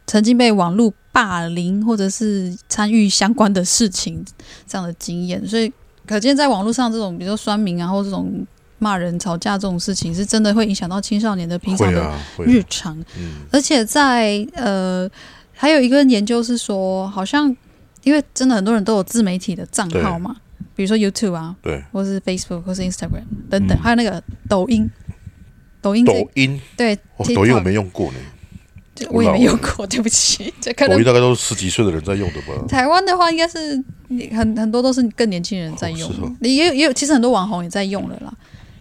Speaker 1: 曾经被网络霸凌或者是参与相关的事情这样的经验，所以可见在网络上这种比如说酸民啊或这种骂人吵架这种事情，是真的会影响到青少年的平常
Speaker 2: 会
Speaker 1: 的
Speaker 2: 啊，会
Speaker 1: 日
Speaker 2: 啊，
Speaker 1: 常。
Speaker 2: 嗯，
Speaker 1: 而且在呃，还有一个研究是说，好像因为真的很多人都有自媒体的账号嘛，比如说 YouTube 啊，
Speaker 2: 对，
Speaker 1: 或是 Facebook 或是 Instagram 等等，
Speaker 2: 嗯
Speaker 1: 还有那个抖音，抖音这
Speaker 2: 抖音，
Speaker 1: 对
Speaker 2: 哦，
Speaker 1: TikTok
Speaker 2: 抖音我没用过呢，
Speaker 1: 这我也没有过， 对不起， 这可
Speaker 2: 抖音
Speaker 1: 能
Speaker 2: 大概都是十几岁的人在用的 吧。
Speaker 1: 台湾的话应该是你很很多都是更年轻人在用
Speaker 2: 哦是哦，
Speaker 1: 也有也有其实很多网红也在用了啦。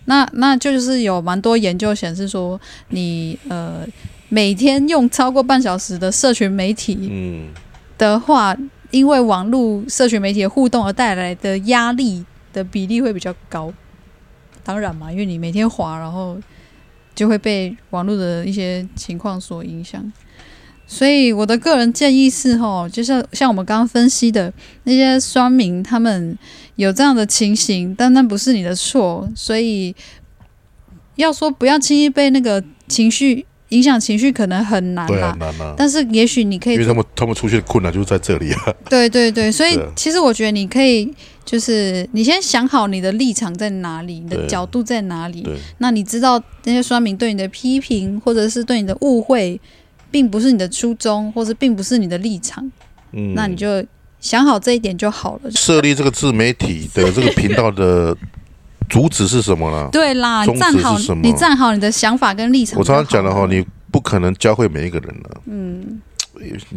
Speaker 1: 那那就是有蛮多研究显示说，你呃每天用超过半小时的社群媒体，
Speaker 2: 嗯，
Speaker 1: 的话，因为网络社群媒体的互动而带来的压力的比例会比较高。当然嘛，因为你每天滑，然后就会被网络的一些情况所影响。所以我的个人建议是，吼，就是像我们刚刚分析的那些酸民，他们有这样的情形，但那不是你的错，所以要说不要轻易被那个情绪影响，情绪可能很难
Speaker 2: 对啊，
Speaker 1: 啦
Speaker 2: 很。难啊，
Speaker 1: 但是也许你可以
Speaker 2: 因为他们他们出现的困难就是在这里啊。
Speaker 1: 对对对，所以
Speaker 2: 对啊
Speaker 1: 其实我觉得你可以，就是你先想好你的立场在哪里，你的
Speaker 2: 对
Speaker 1: 角度在哪里。
Speaker 2: 对
Speaker 1: 那你知道那些酸民对你的批评，或者是对你的误会，并不是你的初衷，或是并不是你的立场，
Speaker 2: 嗯，
Speaker 1: 那你就想好这一点就好了。
Speaker 2: 设立这个自媒体的这个频道的主旨是什么呢？
Speaker 1: 对啦，你
Speaker 2: 宗旨
Speaker 1: 站好
Speaker 2: 是什么
Speaker 1: 你站好你的想法跟立场。
Speaker 2: 我常常讲的哈，，你不可能教会每一个人的、嗯，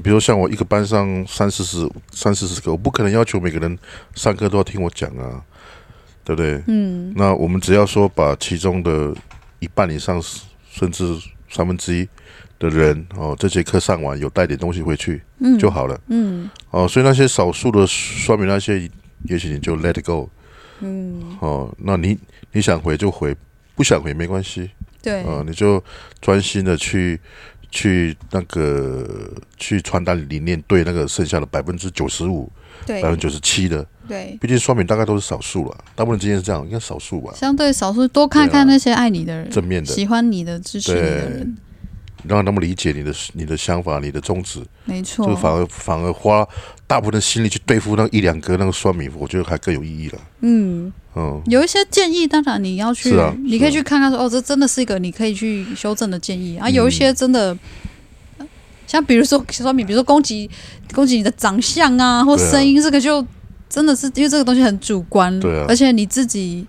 Speaker 2: 比如像我一个班上三四十、三四十个，我不可能要求每个人上课都要听我讲啊，对不对？嗯。那我们只要说把其中的一半以上，甚至三分之一的人哦，这节课上完有带点东西回去，嗯，就好了，嗯。哦，所以那些少数的说明那些，也许你就 let it go，嗯。哦，那你你想回就回，不想回没关系，
Speaker 1: 对，
Speaker 2: 啊、你就专心的去去那个去传达理念，对那个剩下的百分之九十五、
Speaker 1: 对
Speaker 2: 百分之九十七的，
Speaker 1: 对，
Speaker 2: 毕竟双品大概都是少数了，大部分今天是这样，应该少数吧，
Speaker 1: 相对少数多看看
Speaker 2: 对啊
Speaker 1: 那些爱你的人、
Speaker 2: 正面的，
Speaker 1: 喜欢你的、支持你的人，
Speaker 2: 让他们理解你的你的想法、你的宗旨，
Speaker 1: 没
Speaker 2: 这
Speaker 1: 错
Speaker 2: 个。反而反而花大部分的心力去对付那一两个那个双米，我觉得还更有意义了。
Speaker 1: 嗯，
Speaker 2: 嗯，
Speaker 1: 有一些建议，当然你要去，
Speaker 2: 是啊嗯
Speaker 1: 你可以去看看说，哦，这真的是一个你可以去修正的建议啊。有一些真的，呃像比如说说明，比如说攻击攻击你的长相啊，或
Speaker 2: 对啊
Speaker 1: 声音，这个就真的是因为这个东西很主观，
Speaker 2: 对啊
Speaker 1: 而且你自己。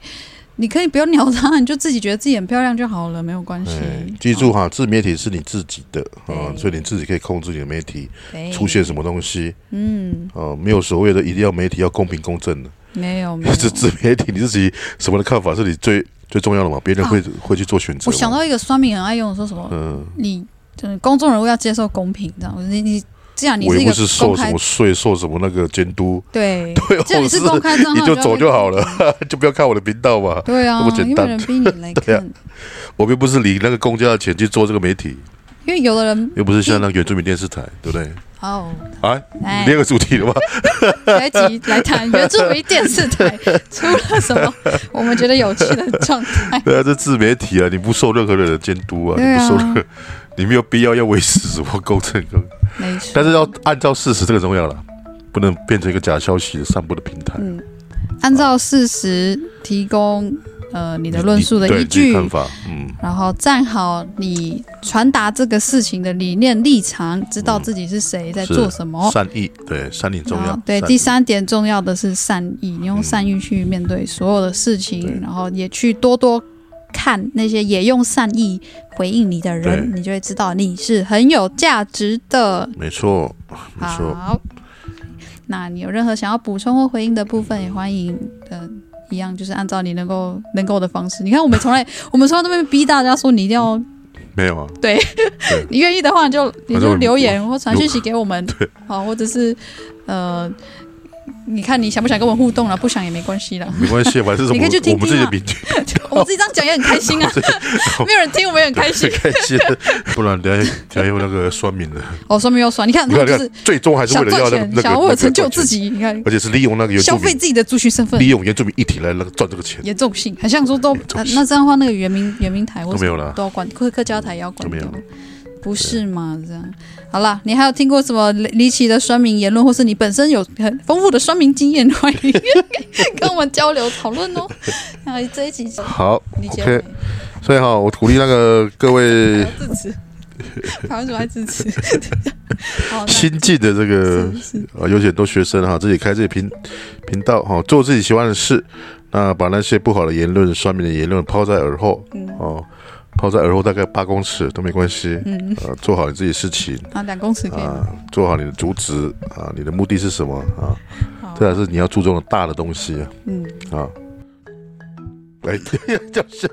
Speaker 1: 你可以不要鸟他，你就自己觉得自己很漂亮就好了，没有关系
Speaker 2: 哎。记住哈，自媒体是你自己的啊、
Speaker 1: 哦对哎
Speaker 2: 所以你自己可以控制你的媒体
Speaker 1: 对
Speaker 2: 出现什么东西
Speaker 1: 嗯，
Speaker 2: 啊、没有所谓的一定要媒体要公平公正的。
Speaker 1: 没有没有。
Speaker 2: 这自媒体你自己什么的看法是你最最重要的嘛？别人会、会去做选
Speaker 1: 哦我
Speaker 2: 择嘛。
Speaker 1: 想到一个酸民很爱用的说什么，
Speaker 2: 嗯，
Speaker 1: 你就是公众人物要接受公平，这样你你这样啊你
Speaker 2: 我
Speaker 1: 是
Speaker 2: 又
Speaker 1: 一
Speaker 2: 不
Speaker 1: 个
Speaker 2: 是
Speaker 1: 公
Speaker 2: 受什
Speaker 1: 开
Speaker 2: 么税，受什么那个监督，
Speaker 1: 对，
Speaker 2: 对，
Speaker 1: 这
Speaker 2: 我
Speaker 1: 里
Speaker 2: 哦是
Speaker 1: 是公开账号，
Speaker 2: 你就走就好
Speaker 1: 了。
Speaker 2: 了， 就不要看我的频道嘛。
Speaker 1: 对啊，
Speaker 2: 那么简
Speaker 1: 因为
Speaker 2: 单
Speaker 1: 有人逼你来
Speaker 2: 对啊
Speaker 1: 看，
Speaker 2: 我们又不是领那个公家的钱去做这个媒体，
Speaker 1: 因为有的人
Speaker 2: 又不是像那个原住民电视台，对不对？
Speaker 1: 哦，
Speaker 2: 哎，
Speaker 1: 哎
Speaker 2: 第二个主题了吗？
Speaker 1: 下一集来谈原住民电视台出了什么我们觉得有趣的状态。
Speaker 2: 对啊，这自媒体啊，你不受任何人的监督啊，
Speaker 1: 对
Speaker 2: 你
Speaker 1: 啊
Speaker 2: 不受任何，你没有必要要维持什么公正 公，
Speaker 1: 没错，
Speaker 2: 但是要按照事实，这个重要了，不能变成一个假消息散布的平台。
Speaker 1: 嗯按照事实提供呃你的论述的
Speaker 2: 对
Speaker 1: 依
Speaker 2: 自己
Speaker 1: 据，
Speaker 2: 看法，嗯，
Speaker 1: 然后站好你传达这个事情的理念立场，知道自己是谁在
Speaker 2: 嗯是
Speaker 1: 做什么。
Speaker 2: 善意，对，善意很重
Speaker 1: 然
Speaker 2: 要
Speaker 1: 后。哦啊对，
Speaker 2: 善意
Speaker 1: 第，三点重要的是善意，你用
Speaker 2: 嗯
Speaker 1: 善意去面对所有的事情
Speaker 2: 对，
Speaker 1: 然后也去多多看那些也用善意回应你的人，
Speaker 2: 对
Speaker 1: 你就会知道你是很有价值的。
Speaker 2: 没错，没错，
Speaker 1: 好，那你有任何想要补充或回应的部分，也欢迎嗯、呃一样就是按照你能够能够的方式。你看，我们从来我们从来都没有逼大家说你一定要，
Speaker 2: 没有啊，
Speaker 1: 你愿意的话你就你
Speaker 2: 反正
Speaker 1: 就
Speaker 2: 我
Speaker 1: 留言或传讯息给我 们，好，或者是呃。你看你想不想跟我们互动了？不想也没关系 啦。
Speaker 2: 没关系，啊反正 是我
Speaker 1: 你可以
Speaker 2: 们
Speaker 1: 去听
Speaker 2: 我们
Speaker 1: 听
Speaker 2: 自己
Speaker 1: 啊
Speaker 2: 的名句，
Speaker 1: 我们自己这样讲也很开 心啊， 没有人听我们也很开心
Speaker 2: 最。 开心的，不然等下等下有那个酸民 的，
Speaker 1: 哦，说明又酸，你看
Speaker 2: 你
Speaker 1: 他
Speaker 2: 看，
Speaker 1: 们
Speaker 2: 你
Speaker 1: 就是
Speaker 2: 看，最终还是
Speaker 1: 想
Speaker 2: 为了
Speaker 1: 赚
Speaker 2: 要那个
Speaker 1: 钱，
Speaker 2: 那个
Speaker 1: 想要为了成就自，
Speaker 2: 那个赚钱
Speaker 1: 己，你看
Speaker 2: 而且是利用那个原
Speaker 1: 消
Speaker 2: 住
Speaker 1: 费
Speaker 2: 民，
Speaker 1: 自己的族群身份
Speaker 2: 利用原住民一体来那个赚这个钱，
Speaker 1: 严重性，很像说都
Speaker 2: 严重
Speaker 1: 那
Speaker 2: 性
Speaker 1: 那这样的话，那个原民原民台或
Speaker 2: 都
Speaker 1: 什
Speaker 2: 没有
Speaker 1: 么
Speaker 2: 了
Speaker 1: 都要关，客客家台也要关
Speaker 2: 啊都没有
Speaker 1: 掉，不是吗？这样好啦，你还有听过什么离离奇的酸民言论，或是你本身有很丰富的酸民经验，欢迎跟我们交流讨论哦。那这一集
Speaker 2: 好
Speaker 1: 理解
Speaker 2: ，OK，所以哈，我鼓励那个各
Speaker 1: 还
Speaker 2: 位
Speaker 1: 要支持，台湾主爱支持。好，那
Speaker 2: 新进的这个
Speaker 1: 是是
Speaker 2: 呃，有很多学生哈，自己开自己频频道哈，做自己喜欢的事，那把那些不好的言论、酸民的言论抛在耳后，哦，抛在耳后大概八公尺都没关系，
Speaker 1: 嗯，
Speaker 2: 呃，做好你自己事情
Speaker 1: 啊，两公尺可以吗？
Speaker 2: 啊，做好你的主旨啊，你的目的是什么啊？
Speaker 1: 好
Speaker 2: 这才是你要注重的大的东西啊
Speaker 1: 嗯，
Speaker 2: 啊。哎， 叫声。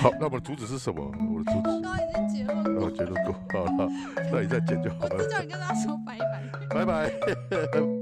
Speaker 2: 好，那我的主旨是什么？我的主旨，
Speaker 1: 刚刚已经结论了，
Speaker 2: 那 我觉得够好了，那你再剪就好
Speaker 1: 我
Speaker 2: 了
Speaker 1: 只，叫你跟大家说拜拜。
Speaker 2: 拜拜。